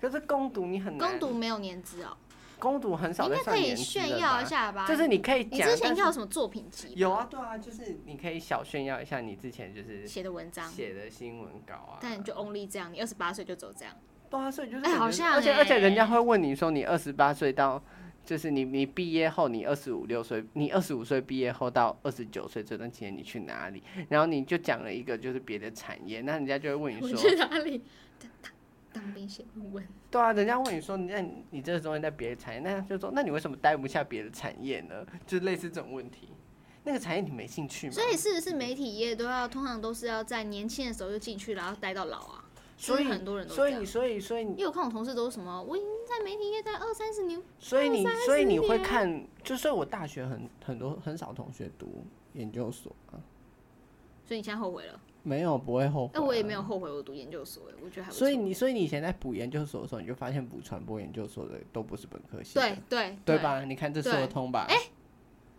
[SPEAKER 2] 可是攻读你很难，
[SPEAKER 1] 攻读没有年资哦、
[SPEAKER 2] 攻读很
[SPEAKER 1] 你
[SPEAKER 2] 少
[SPEAKER 1] 应
[SPEAKER 2] 在
[SPEAKER 1] 该
[SPEAKER 2] 算
[SPEAKER 1] 可以
[SPEAKER 2] 年资
[SPEAKER 1] 炫
[SPEAKER 2] 了
[SPEAKER 1] 耀
[SPEAKER 2] 吧
[SPEAKER 1] 一下吧？
[SPEAKER 2] 就是你可以
[SPEAKER 1] 你
[SPEAKER 2] 讲，
[SPEAKER 1] 之前应
[SPEAKER 2] 但
[SPEAKER 1] 该
[SPEAKER 2] 是
[SPEAKER 1] 有什么作品集吧？
[SPEAKER 2] 有啊，对啊，就是你可以小炫耀一下你之前就是
[SPEAKER 1] 写的文章，
[SPEAKER 2] 写的新闻稿啊。
[SPEAKER 1] 但就 only 这样，你二十八岁就走这样，
[SPEAKER 2] 对啊，所以就是
[SPEAKER 1] 哎
[SPEAKER 2] 感觉
[SPEAKER 1] 好像
[SPEAKER 2] 而且而且人家
[SPEAKER 1] 欸
[SPEAKER 2] 会问你说你二十八岁到，就是你你毕业后你二十五六岁，你二十五岁毕业后到二十九岁这段期间你去哪里？然后你就讲了一个就是别的产业，那人家就会问
[SPEAKER 1] 我
[SPEAKER 2] 你说，
[SPEAKER 1] 去哪里？当当当兵写论文，
[SPEAKER 2] 对啊，人家问你说那你你这个东西在别的产业，那就说那你为什么待不下别的产业呢？就类似这种问题，那个产业你没兴趣吗？
[SPEAKER 1] 所以是不是媒体业都要通常都是要在年轻的时候就进去，然后待到老啊？
[SPEAKER 2] 所
[SPEAKER 1] 是
[SPEAKER 2] 以
[SPEAKER 1] 不是很多人都
[SPEAKER 2] 所
[SPEAKER 1] 这
[SPEAKER 2] 以
[SPEAKER 1] 样
[SPEAKER 2] 你。所以所以你
[SPEAKER 1] 因为我看我同事都是什么，我已经在媒体业待二三十年，
[SPEAKER 2] 所以你，所以你会
[SPEAKER 1] 年
[SPEAKER 2] 看，就所以我大学很很多很少同学读研究所啊，
[SPEAKER 1] 所以你现在后悔了？
[SPEAKER 2] 没有不会后悔、
[SPEAKER 1] 哎、我也没有。后悔我读研究所、哎，我觉得还不错。
[SPEAKER 2] 所以你，所以你以前在补研究所的时候，你就发现补传播研究所的都不是本科系的，
[SPEAKER 1] 对对
[SPEAKER 2] 对？吧？你看这说
[SPEAKER 1] 对
[SPEAKER 2] 得通吧？哎、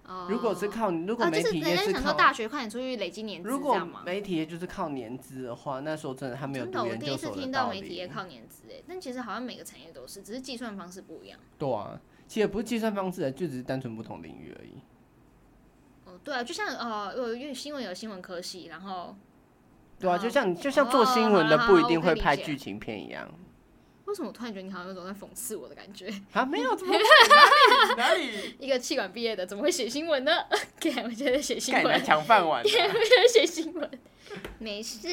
[SPEAKER 1] 哦
[SPEAKER 2] 如果是靠如果
[SPEAKER 1] 啊
[SPEAKER 2] 媒
[SPEAKER 1] 就是
[SPEAKER 2] 体
[SPEAKER 1] 人
[SPEAKER 2] 业
[SPEAKER 1] 家
[SPEAKER 2] 是
[SPEAKER 1] 想说
[SPEAKER 2] 靠，
[SPEAKER 1] 大学快点出去累积年资，
[SPEAKER 2] 如
[SPEAKER 1] 这
[SPEAKER 2] 果
[SPEAKER 1] 样吗？
[SPEAKER 2] 媒体业就是靠年资的话，那时候真的他没有
[SPEAKER 1] 真的，
[SPEAKER 2] 读
[SPEAKER 1] 我
[SPEAKER 2] 研
[SPEAKER 1] 第
[SPEAKER 2] 究
[SPEAKER 1] 一次
[SPEAKER 2] 所
[SPEAKER 1] 听
[SPEAKER 2] 的
[SPEAKER 1] 到
[SPEAKER 2] 道
[SPEAKER 1] 媒体业
[SPEAKER 2] 理。
[SPEAKER 1] 靠年资，哎，但其实好像每个产业都是，只是计算方式不一样。
[SPEAKER 2] 对啊，其实也不是计算方式的，就只是单纯不同领域而已。
[SPEAKER 1] 哦，对啊，就像呃，有因为新闻有新闻科系，然后
[SPEAKER 2] 对啊，
[SPEAKER 1] 哦
[SPEAKER 2] 就像就像做
[SPEAKER 1] 哦
[SPEAKER 2] 新
[SPEAKER 1] 好
[SPEAKER 2] 闻的
[SPEAKER 1] 啦
[SPEAKER 2] 不一
[SPEAKER 1] 好
[SPEAKER 2] 定
[SPEAKER 1] 我可以
[SPEAKER 2] 会
[SPEAKER 1] 理
[SPEAKER 2] 拍
[SPEAKER 1] 解
[SPEAKER 2] 剧情片一样
[SPEAKER 1] 为什么我突然觉得你好像有种在讽刺我的感觉？ <laughs>
[SPEAKER 2] 啊，没有怎么会哪里哪里
[SPEAKER 1] 一个气管毕业的怎么会写新闻呢？ <laughs> 干，我觉得写 <laughs> 新
[SPEAKER 2] 看你来
[SPEAKER 1] 闻，
[SPEAKER 2] 抢饭
[SPEAKER 1] <laughs>
[SPEAKER 2] 碗、
[SPEAKER 1] 干，我
[SPEAKER 2] 啊。
[SPEAKER 1] 觉得写新闻， <laughs> 没事，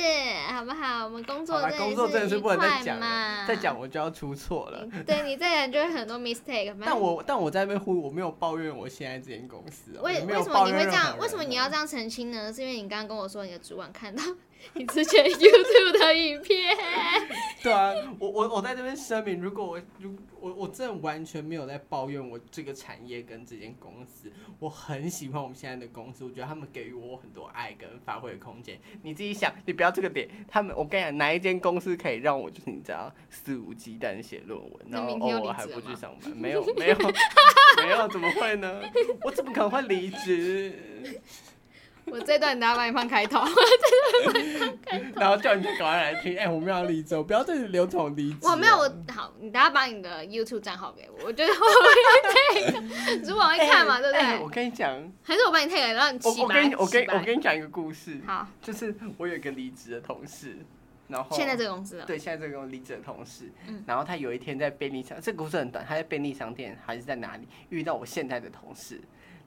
[SPEAKER 1] 好不好？我们工作
[SPEAKER 2] 好啦
[SPEAKER 1] 真
[SPEAKER 2] 工作真的是
[SPEAKER 1] 愉
[SPEAKER 2] 不能再
[SPEAKER 1] 快
[SPEAKER 2] 讲
[SPEAKER 1] 嘛
[SPEAKER 2] 了，，再讲我就要出错了。
[SPEAKER 1] 你对你再讲就会很多 mistake 反正。
[SPEAKER 2] 但我但我在那边呼，我没有抱怨我现在这间公司、哦，
[SPEAKER 1] 为
[SPEAKER 2] 也没
[SPEAKER 1] 为
[SPEAKER 2] 有
[SPEAKER 1] 什么
[SPEAKER 2] 抱
[SPEAKER 1] 你
[SPEAKER 2] 怨
[SPEAKER 1] 会
[SPEAKER 2] 任
[SPEAKER 1] 这
[SPEAKER 2] 何
[SPEAKER 1] 样？
[SPEAKER 2] 人
[SPEAKER 1] 为什么你
[SPEAKER 2] 哦
[SPEAKER 1] 要这样澄清呢？是因为你刚刚跟我说你的主管看到你之前 YouTube 的影片，
[SPEAKER 2] <laughs> 对啊，我我我在这边声明，如果我如我我真的完全没有在抱怨我这个产业跟这间公司，我很喜欢我们现在的公司，我觉得他们给予我很多爱跟发挥的空间。你自己想，你不要这个点。他们，我跟你讲，哪一间公司可以让我就是你知道肆无忌惮地写论文，
[SPEAKER 1] 那
[SPEAKER 2] 然后
[SPEAKER 1] 明
[SPEAKER 2] 偶
[SPEAKER 1] 天又
[SPEAKER 2] 尔
[SPEAKER 1] 离
[SPEAKER 2] 还
[SPEAKER 1] 职
[SPEAKER 2] 不
[SPEAKER 1] 了
[SPEAKER 2] 去
[SPEAKER 1] 吗
[SPEAKER 2] 上班？没有，没有， <laughs> 没有，怎么会呢？我怎么可能会离职？
[SPEAKER 1] 我这段大家帮你放
[SPEAKER 2] <laughs>
[SPEAKER 1] 开头，
[SPEAKER 2] 然后叫你赶快来听，哎、我们要离职，我不要对你留这种离职、
[SPEAKER 1] 我没有，
[SPEAKER 2] 啊
[SPEAKER 1] 我好，你等下把你的 YouTube 账号给我，我觉得我
[SPEAKER 2] <laughs>
[SPEAKER 1] 会 tag，主管会看嘛，对不
[SPEAKER 2] 哎我
[SPEAKER 1] 对？
[SPEAKER 2] 跟你讲，
[SPEAKER 1] 还是我帮你 tag，然后你
[SPEAKER 2] 我
[SPEAKER 1] 洗
[SPEAKER 2] 我
[SPEAKER 1] 白，
[SPEAKER 2] 跟你我跟
[SPEAKER 1] 洗白
[SPEAKER 2] 我跟你讲一个故事，
[SPEAKER 1] 好，
[SPEAKER 2] 就是我有一个离职的同事，然后
[SPEAKER 1] 现在这个公司了，
[SPEAKER 2] 哦对，现在这个离职的同事，
[SPEAKER 1] 嗯
[SPEAKER 2] 然后他有一天在便利商，这个故事很短，他在便利商店还是在哪里遇到我现在的同事，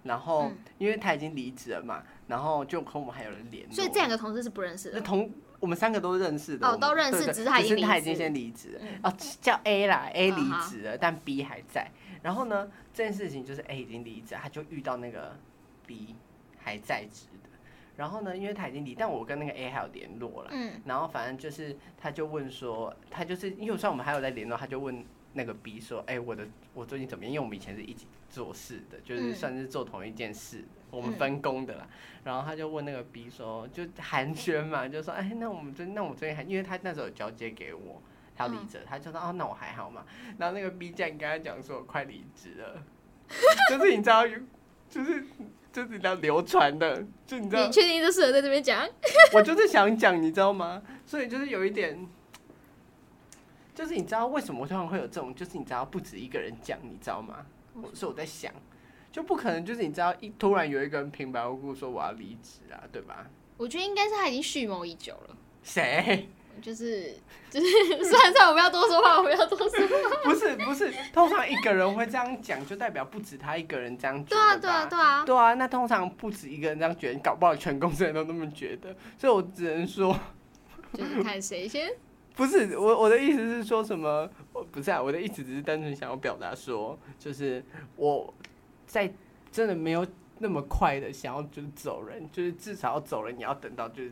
[SPEAKER 2] 然后、
[SPEAKER 1] 嗯
[SPEAKER 2] 因为他已经离职了嘛，然后就和我们还有人联络，
[SPEAKER 1] 所以这两个同事是不认识
[SPEAKER 2] 那
[SPEAKER 1] 的。
[SPEAKER 2] 同我们三个都认识的
[SPEAKER 1] 哦
[SPEAKER 2] 我们
[SPEAKER 1] 都认识
[SPEAKER 2] 对对
[SPEAKER 1] 只是他已经
[SPEAKER 2] 只是他
[SPEAKER 1] 离
[SPEAKER 2] 已经
[SPEAKER 1] 职
[SPEAKER 2] 先离职了
[SPEAKER 1] 嗯
[SPEAKER 2] 哦，叫 A 啦，A
[SPEAKER 1] 嗯
[SPEAKER 2] 离
[SPEAKER 1] 好
[SPEAKER 2] 职了，但 B 还在。然后呢，这件事情就是 A 已经离职了，他就遇到那个 B 还在职的。然后呢，因为他已经离，但我跟那个 A 还有联络了。
[SPEAKER 1] 嗯，
[SPEAKER 2] 然后反正就是，他就问说，他就是因为虽然我们还有在联络，他就问那个 B 说，哎、我的我最近怎么样？因为我们以前是一起做事的，就是
[SPEAKER 1] 嗯
[SPEAKER 2] 算是做同一件事，我们
[SPEAKER 1] 嗯
[SPEAKER 2] 分工的啦。然后他就问那个 B 说，就寒暄嘛，就说，哎、那我们最那我最近还，因为他那时候有交接给我。他要离职，
[SPEAKER 1] 嗯
[SPEAKER 2] 他就说哦，那我还好嘛。然后那个 B 竟然跟他讲说，我快离职了，就是你知道，就是就是你知道流传的，就你知道
[SPEAKER 1] 你确定这适合在这边讲？
[SPEAKER 2] 我就是想讲，你知道吗？所以就是有一点，就是你知道为什么突然会有这种，就是你知道不止一个人讲，你知道吗？我是我在想，就不可能就是你知道一突然有一个人平白无故说我要离职啊，对吧？
[SPEAKER 1] 我觉得应该是他已经蓄谋已久了，
[SPEAKER 2] 谁？ <laughs>
[SPEAKER 1] 就是 <laughs> 就是，虽然虽然我不要多说话，我不要多
[SPEAKER 2] <laughs>
[SPEAKER 1] 说话。
[SPEAKER 2] 不是不是，通常一个人会这样讲，就代表不止他一个人这样觉
[SPEAKER 1] 对啊，
[SPEAKER 2] 得吧。
[SPEAKER 1] 对啊，对啊。
[SPEAKER 2] 对啊，那通常不止一个人这样觉得，搞不好全公司人都那么觉得，所以我只能说，
[SPEAKER 1] 就是看谁先。
[SPEAKER 2] 不是我我的意思是说什么？我不是啊，我的意思只是单纯想要表达说，就是我在真的没有那么快的想要就是走人，就是至少要走人，你要等到就是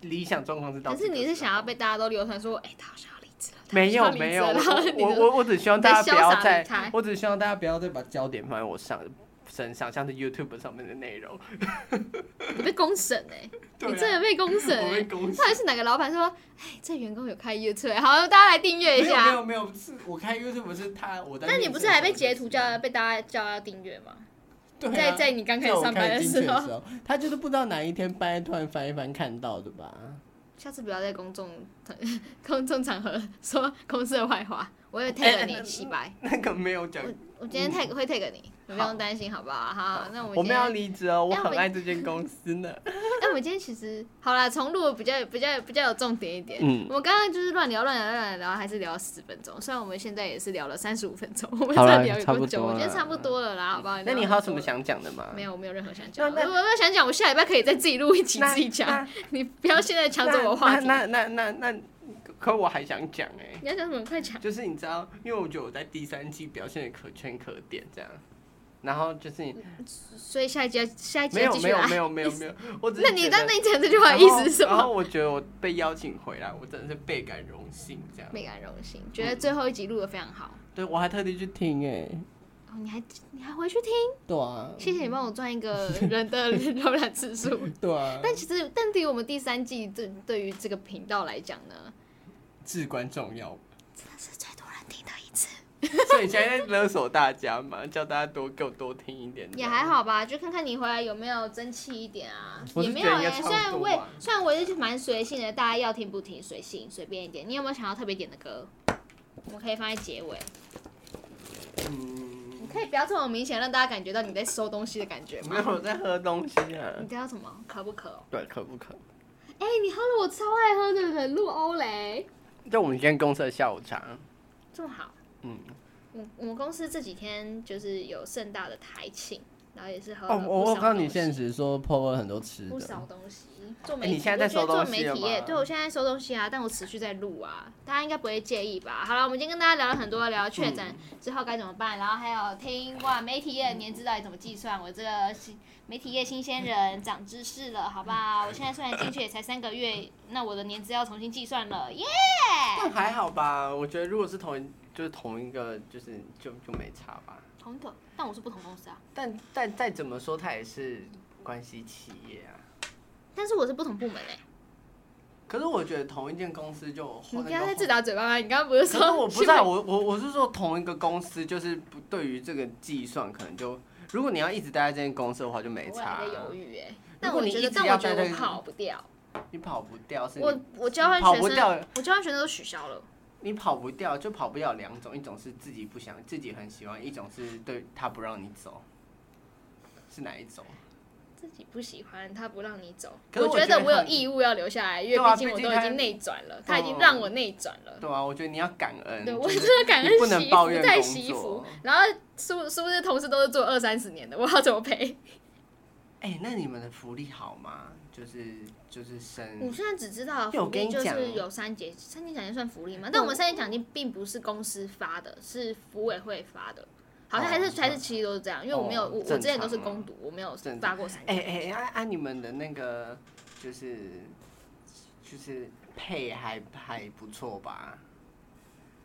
[SPEAKER 2] 理想状况是 <laughs> 到
[SPEAKER 1] 但
[SPEAKER 2] 这个
[SPEAKER 1] 是
[SPEAKER 2] 时候。
[SPEAKER 1] 你是想要被大家都流传说，哎、他好像要离职了，他
[SPEAKER 2] 没有
[SPEAKER 1] 好像要
[SPEAKER 2] 没
[SPEAKER 1] 离职
[SPEAKER 2] 有，
[SPEAKER 1] 了
[SPEAKER 2] 我
[SPEAKER 1] 然后你
[SPEAKER 2] 我
[SPEAKER 1] 就
[SPEAKER 2] 我我只希望大家不
[SPEAKER 1] 潇
[SPEAKER 2] 要
[SPEAKER 1] 洒
[SPEAKER 2] 再
[SPEAKER 1] 离开，
[SPEAKER 2] 我只希望大家不要再把焦点放在我上身上，像是 YouTube 上面的内容。
[SPEAKER 1] 你被公审哎、
[SPEAKER 2] <laughs> 对、啊，
[SPEAKER 1] 你真的被公审
[SPEAKER 2] <laughs> 我
[SPEAKER 1] 哎、
[SPEAKER 2] 被公
[SPEAKER 1] 到底是哪个老板说，哎，这员工有开 YouTube，好，大家来订阅一
[SPEAKER 2] 没
[SPEAKER 1] 下。
[SPEAKER 2] 有没有没有，是我看 YouTube 是他我
[SPEAKER 1] 那
[SPEAKER 2] 在面试的时候就是。
[SPEAKER 1] 你不是还被截图叫被大家叫要订阅吗？
[SPEAKER 2] 对啊
[SPEAKER 1] 在在你刚开
[SPEAKER 2] 在
[SPEAKER 1] 始
[SPEAKER 2] 我
[SPEAKER 1] 上班
[SPEAKER 2] 看
[SPEAKER 1] 的
[SPEAKER 2] 进去
[SPEAKER 1] 时
[SPEAKER 2] 的
[SPEAKER 1] 候，
[SPEAKER 2] 时候，他就是不知道哪一天半夜突然翻一翻看到的吧？
[SPEAKER 1] 下次不要在公众 <laughs> 公众场合说公司的坏话，我会
[SPEAKER 2] 哎
[SPEAKER 1] tag
[SPEAKER 2] 那
[SPEAKER 1] 你洗白。
[SPEAKER 2] <laughs> 那个没有讲
[SPEAKER 1] 我我今天 tag 会 tag 你，你不
[SPEAKER 2] 好
[SPEAKER 1] 用担心好不好？好，那我们
[SPEAKER 2] 我
[SPEAKER 1] 今
[SPEAKER 2] 们
[SPEAKER 1] 天
[SPEAKER 2] 要离职哦，我
[SPEAKER 1] 哎我
[SPEAKER 2] 很
[SPEAKER 1] 们
[SPEAKER 2] 爱这间公司呢。
[SPEAKER 1] 哎、我们今天其实好啦，重录比较比较比较有重点一点。
[SPEAKER 2] 嗯
[SPEAKER 1] 我们刚刚就是乱聊乱聊乱聊，还是聊了十分钟。虽然我们现在也是聊了三十五分钟，我们
[SPEAKER 2] 好啦
[SPEAKER 1] 再聊有
[SPEAKER 2] 差不
[SPEAKER 1] 多久？
[SPEAKER 2] 多
[SPEAKER 1] 我觉得
[SPEAKER 2] 了
[SPEAKER 1] 差不多了啦，好不
[SPEAKER 2] <laughs>
[SPEAKER 1] 好？
[SPEAKER 2] 那
[SPEAKER 1] 聊
[SPEAKER 2] 你还
[SPEAKER 1] 了
[SPEAKER 2] 有
[SPEAKER 1] 很
[SPEAKER 2] 什么
[SPEAKER 1] 多
[SPEAKER 2] 想讲的吗？
[SPEAKER 1] 没有，我没有任何想
[SPEAKER 2] 那
[SPEAKER 1] 讲的。
[SPEAKER 2] 那
[SPEAKER 1] 我我想讲，我下礼拜可以再自己录一集
[SPEAKER 2] 那
[SPEAKER 1] 自己讲。 <laughs> 你不要现在抢
[SPEAKER 2] 那
[SPEAKER 1] 走我话题。
[SPEAKER 2] 那那那那，那可我还想讲哎，
[SPEAKER 1] 你要讲什么？快讲！
[SPEAKER 2] 就是你知道，因为我觉得我在第三季表现的可圈可点这样，然后就是你
[SPEAKER 1] 所以下一集要下一集
[SPEAKER 2] 没
[SPEAKER 1] 要
[SPEAKER 2] 有
[SPEAKER 1] 继
[SPEAKER 2] 没
[SPEAKER 1] 续
[SPEAKER 2] 有
[SPEAKER 1] 来
[SPEAKER 2] 没。有
[SPEAKER 1] <laughs>
[SPEAKER 2] 没有没有，我只是
[SPEAKER 1] 那你
[SPEAKER 2] 觉
[SPEAKER 1] 那
[SPEAKER 2] 得
[SPEAKER 1] 那你讲这句话的意思是什
[SPEAKER 2] 然后然
[SPEAKER 1] 么？
[SPEAKER 2] 后我觉得我被邀请回来，我真的是倍感荣幸这样。
[SPEAKER 1] 倍感荣幸，觉得最后一集录的非常好。
[SPEAKER 2] 对我还特地去听哎，
[SPEAKER 1] 哦，你还你还回去听？
[SPEAKER 2] 对啊
[SPEAKER 1] 谢谢你帮我赚一个 <laughs>
[SPEAKER 2] 嗯
[SPEAKER 1] 人的浏览次数。
[SPEAKER 2] <laughs> 对啊，
[SPEAKER 1] 但其实，但对于我们第三季对对于这个频道来讲呢，
[SPEAKER 2] 至关重要。
[SPEAKER 1] 这是最多人听的一次，
[SPEAKER 2] 所以你现在在勒索大家嘛，叫大家多给我多听一点。
[SPEAKER 1] 也还。好吧，就看看你回来有没有争气一点啊，
[SPEAKER 2] 我
[SPEAKER 1] 也
[SPEAKER 2] 是
[SPEAKER 1] 没
[SPEAKER 2] 觉
[SPEAKER 1] 有
[SPEAKER 2] 得应该
[SPEAKER 1] 哎、
[SPEAKER 2] 差不
[SPEAKER 1] 虽然
[SPEAKER 2] 多
[SPEAKER 1] 我也
[SPEAKER 2] 吧
[SPEAKER 1] 虽然我也是蛮随性的，大家要听不听随性随便一点。你有没有想要特别点的歌？我们可以放在结尾，
[SPEAKER 2] 嗯，
[SPEAKER 1] 你可以不要这么明显，让大家感觉到你在收东西的感觉
[SPEAKER 2] 没
[SPEAKER 1] 吗？
[SPEAKER 2] 有我在喝东西啊。
[SPEAKER 1] 你叫什么？可不可哦？
[SPEAKER 2] 对，可不可？
[SPEAKER 1] 哎、你喝了我超爱喝的冷露欧蕾，
[SPEAKER 2] 就我们今天公司的下午茶。
[SPEAKER 1] 这么好。
[SPEAKER 2] 嗯，
[SPEAKER 1] 我我们公司这几天就是有盛大的台庆，然后也是喝了
[SPEAKER 2] 哦，我
[SPEAKER 1] 不
[SPEAKER 2] 我
[SPEAKER 1] 少
[SPEAKER 2] 看你
[SPEAKER 1] 东西
[SPEAKER 2] 现实说 PO 了很多吃
[SPEAKER 1] 不
[SPEAKER 2] 的
[SPEAKER 1] 少，东西，做
[SPEAKER 2] 哎
[SPEAKER 1] 媒体，
[SPEAKER 2] 你现在在收
[SPEAKER 1] 我觉得
[SPEAKER 2] 东
[SPEAKER 1] 做
[SPEAKER 2] 西
[SPEAKER 1] 媒
[SPEAKER 2] 了
[SPEAKER 1] 体业，
[SPEAKER 2] 吗
[SPEAKER 1] 对我现在在收东西啊，但我持续在录啊，大家应该不会介意吧？好了，我们今天跟大家聊了很多，聊确诊之后该怎么办，然后还有听哇媒体业的年资到底怎么计算，我这个新媒体业新鲜人长知识了，好不好？我现在虽然进去也才三个月，那我的年资要重新计算了，耶、
[SPEAKER 2] 但还好吧。我觉得如果是同一，就是同一个，就是就就没差吧。
[SPEAKER 1] 同一个，但我是不同公司啊，
[SPEAKER 2] 但但再怎么说，它也是关系企业啊。
[SPEAKER 1] 但是我是不同部门哎、
[SPEAKER 2] 可是我觉得同一间公司就
[SPEAKER 1] 你
[SPEAKER 2] 换
[SPEAKER 1] 不
[SPEAKER 2] 那
[SPEAKER 1] 要再
[SPEAKER 2] 个换
[SPEAKER 1] 自打嘴巴吗？你刚刚不是
[SPEAKER 2] 可是
[SPEAKER 1] 说
[SPEAKER 2] 我不
[SPEAKER 1] 去
[SPEAKER 2] 在，我我我是说同一个公司，就是不对于这个计算，可能就如果你要一直待在这间公司的话，就没
[SPEAKER 1] 我
[SPEAKER 2] 差
[SPEAKER 1] 还在犹
[SPEAKER 2] 啊。
[SPEAKER 1] 豫哎。
[SPEAKER 2] 如
[SPEAKER 1] 但
[SPEAKER 2] 果
[SPEAKER 1] 我
[SPEAKER 2] 你
[SPEAKER 1] 觉
[SPEAKER 2] 一
[SPEAKER 1] 得，
[SPEAKER 2] 直
[SPEAKER 1] 但
[SPEAKER 2] 要
[SPEAKER 1] 我觉
[SPEAKER 2] 待
[SPEAKER 1] 得
[SPEAKER 2] 在
[SPEAKER 1] 我跑不掉。
[SPEAKER 2] 啊你跑不掉是
[SPEAKER 1] 我
[SPEAKER 2] 你
[SPEAKER 1] 我交换
[SPEAKER 2] 跑
[SPEAKER 1] 学
[SPEAKER 2] 不掉
[SPEAKER 1] 生，我交换学生都取消了。
[SPEAKER 2] 你跑不掉就跑不掉两种，一种是自己不想，自己很喜欢；一种是对他不让你走，是哪一种？
[SPEAKER 1] 自己不喜欢，他不让你走。
[SPEAKER 2] 可是我
[SPEAKER 1] 觉
[SPEAKER 2] 觉
[SPEAKER 1] 得
[SPEAKER 2] 得
[SPEAKER 1] 我有
[SPEAKER 2] 很
[SPEAKER 1] 义务要留下来，因为
[SPEAKER 2] 对啊
[SPEAKER 1] 毕竟我
[SPEAKER 2] 毕竟
[SPEAKER 1] 都已
[SPEAKER 2] 他
[SPEAKER 1] 经内转了，他已经
[SPEAKER 2] 哦
[SPEAKER 1] 让我内转了。
[SPEAKER 2] 对啊，我觉得你要感恩。
[SPEAKER 1] 对，
[SPEAKER 2] 就
[SPEAKER 1] 我
[SPEAKER 2] 是
[SPEAKER 1] 真的感
[SPEAKER 2] 你
[SPEAKER 1] 恩
[SPEAKER 2] 不
[SPEAKER 1] 洗
[SPEAKER 2] 能
[SPEAKER 1] 衣
[SPEAKER 2] 抱
[SPEAKER 1] 服
[SPEAKER 2] 怨
[SPEAKER 1] 再
[SPEAKER 2] 工
[SPEAKER 1] 洗衣服
[SPEAKER 2] 作，
[SPEAKER 1] 然后是不是不是同事都是做二三十年的，我要怎么赔？
[SPEAKER 2] 哎、那你们的福利好吗？就是就是
[SPEAKER 1] 我
[SPEAKER 2] 升，
[SPEAKER 1] 现在只知道
[SPEAKER 2] 对我
[SPEAKER 1] 福
[SPEAKER 2] 跟
[SPEAKER 1] 利
[SPEAKER 2] 你
[SPEAKER 1] 就
[SPEAKER 2] 讲
[SPEAKER 1] 是有三节，三节奖金算福利吗？但我们三节奖金并不是公司发的，是服委会发的，好像还是
[SPEAKER 2] 哦
[SPEAKER 1] 还是其实都是这样，因为我没有
[SPEAKER 2] 哦
[SPEAKER 1] 我我
[SPEAKER 2] 正
[SPEAKER 1] 之前都是
[SPEAKER 2] 常啊
[SPEAKER 1] 攻读，我没有
[SPEAKER 2] 正
[SPEAKER 1] 发过三节
[SPEAKER 2] 哎哎哎，按、按你们的那个就是就是配还还不错吧？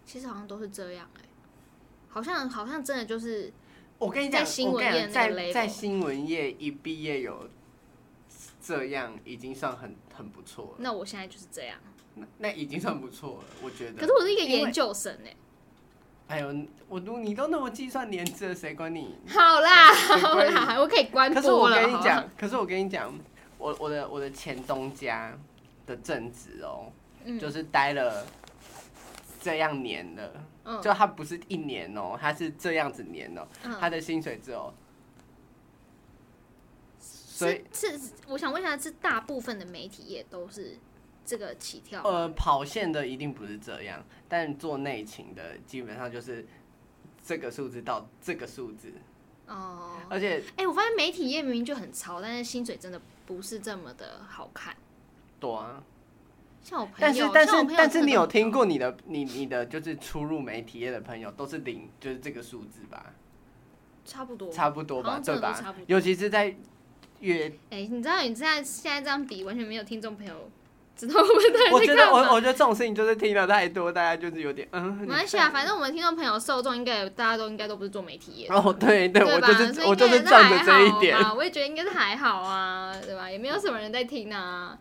[SPEAKER 1] 其实好像都是这样哎、好像好像真的就是
[SPEAKER 2] 我跟你讲
[SPEAKER 1] 在，新
[SPEAKER 2] 我
[SPEAKER 1] 闻
[SPEAKER 2] 跟你
[SPEAKER 1] 业
[SPEAKER 2] 讲，
[SPEAKER 1] 那个
[SPEAKER 2] 在
[SPEAKER 1] label
[SPEAKER 2] 在新闻业一毕业有这样，已经算很很不错了。
[SPEAKER 1] 那我现在就是这样，
[SPEAKER 2] 那那已经算不错了，我觉得。
[SPEAKER 1] 可是我是一个
[SPEAKER 2] 因为
[SPEAKER 1] 研究生
[SPEAKER 2] <laughs>
[SPEAKER 1] 哎、
[SPEAKER 2] 哎呦，我都你都那么计算年资了，谁管
[SPEAKER 1] <laughs>
[SPEAKER 2] 你？
[SPEAKER 1] 好啦
[SPEAKER 2] 谁
[SPEAKER 1] 好
[SPEAKER 2] 管你
[SPEAKER 1] 啦，我可以关
[SPEAKER 2] 可是我
[SPEAKER 1] 播了。
[SPEAKER 2] 跟你
[SPEAKER 1] 好不好
[SPEAKER 2] 讲，可是我跟你讲，我我的我的前东家的正职哦，
[SPEAKER 1] 嗯
[SPEAKER 2] 就是待了这样年了，
[SPEAKER 1] 嗯
[SPEAKER 2] 就他不是一年哦，他是这样子年哦，他
[SPEAKER 1] 嗯，
[SPEAKER 2] 的薪水只有，所以
[SPEAKER 1] 是是，是我想问一下，是大部分的媒体业都是这个起跳吗？
[SPEAKER 2] 呃，跑线的一定不是这样，但做内勤的基本上就是这个数字到这个数字，
[SPEAKER 1] 哦，
[SPEAKER 2] 而且
[SPEAKER 1] 哎、我发现媒体业明明就很潮，但是薪水真的不是这么的好看。
[SPEAKER 2] 多啊。
[SPEAKER 1] 像我朋友，
[SPEAKER 2] 但是
[SPEAKER 1] 像
[SPEAKER 2] 但
[SPEAKER 1] 我
[SPEAKER 2] 是
[SPEAKER 1] 朋友
[SPEAKER 2] 但是
[SPEAKER 1] 真的
[SPEAKER 2] 你有
[SPEAKER 1] 很
[SPEAKER 2] 听
[SPEAKER 1] 潮？
[SPEAKER 2] 过你的你你的就是出入媒体业的朋友都是零，就是这个数字吧，
[SPEAKER 1] 差不多。
[SPEAKER 2] 差不多
[SPEAKER 1] 好
[SPEAKER 2] 吧，
[SPEAKER 1] 像真
[SPEAKER 2] 对
[SPEAKER 1] 的都差
[SPEAKER 2] 吧
[SPEAKER 1] 不多？
[SPEAKER 2] 尤其是在
[SPEAKER 1] <laughs>
[SPEAKER 2] 越，
[SPEAKER 1] 哎、你知道你现在现在这样比，完全没有听众朋友知道我们到
[SPEAKER 2] 我
[SPEAKER 1] 底
[SPEAKER 2] 觉
[SPEAKER 1] 在
[SPEAKER 2] 得
[SPEAKER 1] 干
[SPEAKER 2] 我
[SPEAKER 1] 嘛。
[SPEAKER 2] 我觉得这种事情就是听了太多，大家就是有点嗯。
[SPEAKER 1] 没
[SPEAKER 2] 你
[SPEAKER 1] 关系啊，反正我们听众朋友受众应该有大家都应该都不是做媒体业
[SPEAKER 2] <laughs>
[SPEAKER 1] 的，
[SPEAKER 2] 哦，对对，我
[SPEAKER 1] 对吧？
[SPEAKER 2] 就是
[SPEAKER 1] 所以
[SPEAKER 2] 我
[SPEAKER 1] 应该
[SPEAKER 2] 就
[SPEAKER 1] 也
[SPEAKER 2] 是
[SPEAKER 1] 是
[SPEAKER 2] 仗着
[SPEAKER 1] 还
[SPEAKER 2] 这一
[SPEAKER 1] 好
[SPEAKER 2] 点。
[SPEAKER 1] 吧，我也觉得应该是还好啊，对吧？也没有什么人在听啊。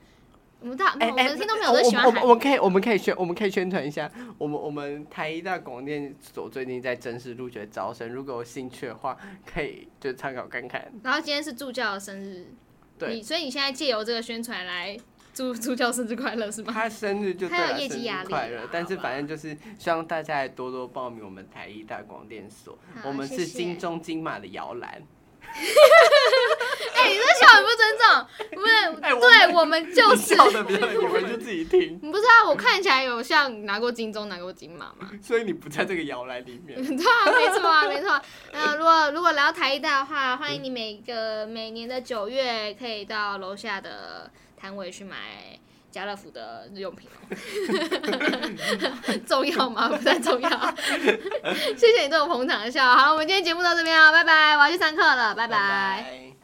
[SPEAKER 1] 我们大、我们的听众朋友都
[SPEAKER 2] 哎我
[SPEAKER 1] 喜欢
[SPEAKER 2] 我
[SPEAKER 1] 韩
[SPEAKER 2] 我们可以我们可以宣我们可以宣传一下，我们我们台一大广电所最近在真实入学招生，如果有兴趣的话，可以就参考看看。
[SPEAKER 1] 然后今天是助教的生日，
[SPEAKER 2] 对
[SPEAKER 1] 你所以你现在借由这个宣传来祝助教生日快乐是吗？
[SPEAKER 2] 他生日就对
[SPEAKER 1] 他有
[SPEAKER 2] 了，
[SPEAKER 1] 业绩
[SPEAKER 2] 生
[SPEAKER 1] 压
[SPEAKER 2] 日
[SPEAKER 1] 力
[SPEAKER 2] 快
[SPEAKER 1] 啦
[SPEAKER 2] 乐！但是
[SPEAKER 1] 好吧啊
[SPEAKER 2] 反正就是希望大家来多多报名我们台一大广电所，
[SPEAKER 1] 好
[SPEAKER 2] 我们
[SPEAKER 1] 谢
[SPEAKER 2] 是
[SPEAKER 1] 谢
[SPEAKER 2] 金钟金马的摇篮。
[SPEAKER 1] 哎、你这小很不尊重， <laughs> 不是？
[SPEAKER 2] 哎我
[SPEAKER 1] 对，我们就是。
[SPEAKER 2] 笑的比较，你们就自己听，
[SPEAKER 1] 你不知道我看起来有像拿过金钟、拿过金马吗？ <laughs>
[SPEAKER 2] 所以你不在这个摇篮里
[SPEAKER 1] 对
[SPEAKER 2] 面。
[SPEAKER 1] 啊，没错啊，没错啊。那如果如果来到台艺大的话，欢迎你每个每年的九月可以到楼下的摊位去买家乐福的日用品哦。 <laughs> 重要吗？不太重要。 <laughs> 哦谢谢你对我捧场的笑。好了，我们今天节目到这边啊，拜拜，我要去上课了，拜拜
[SPEAKER 2] 拜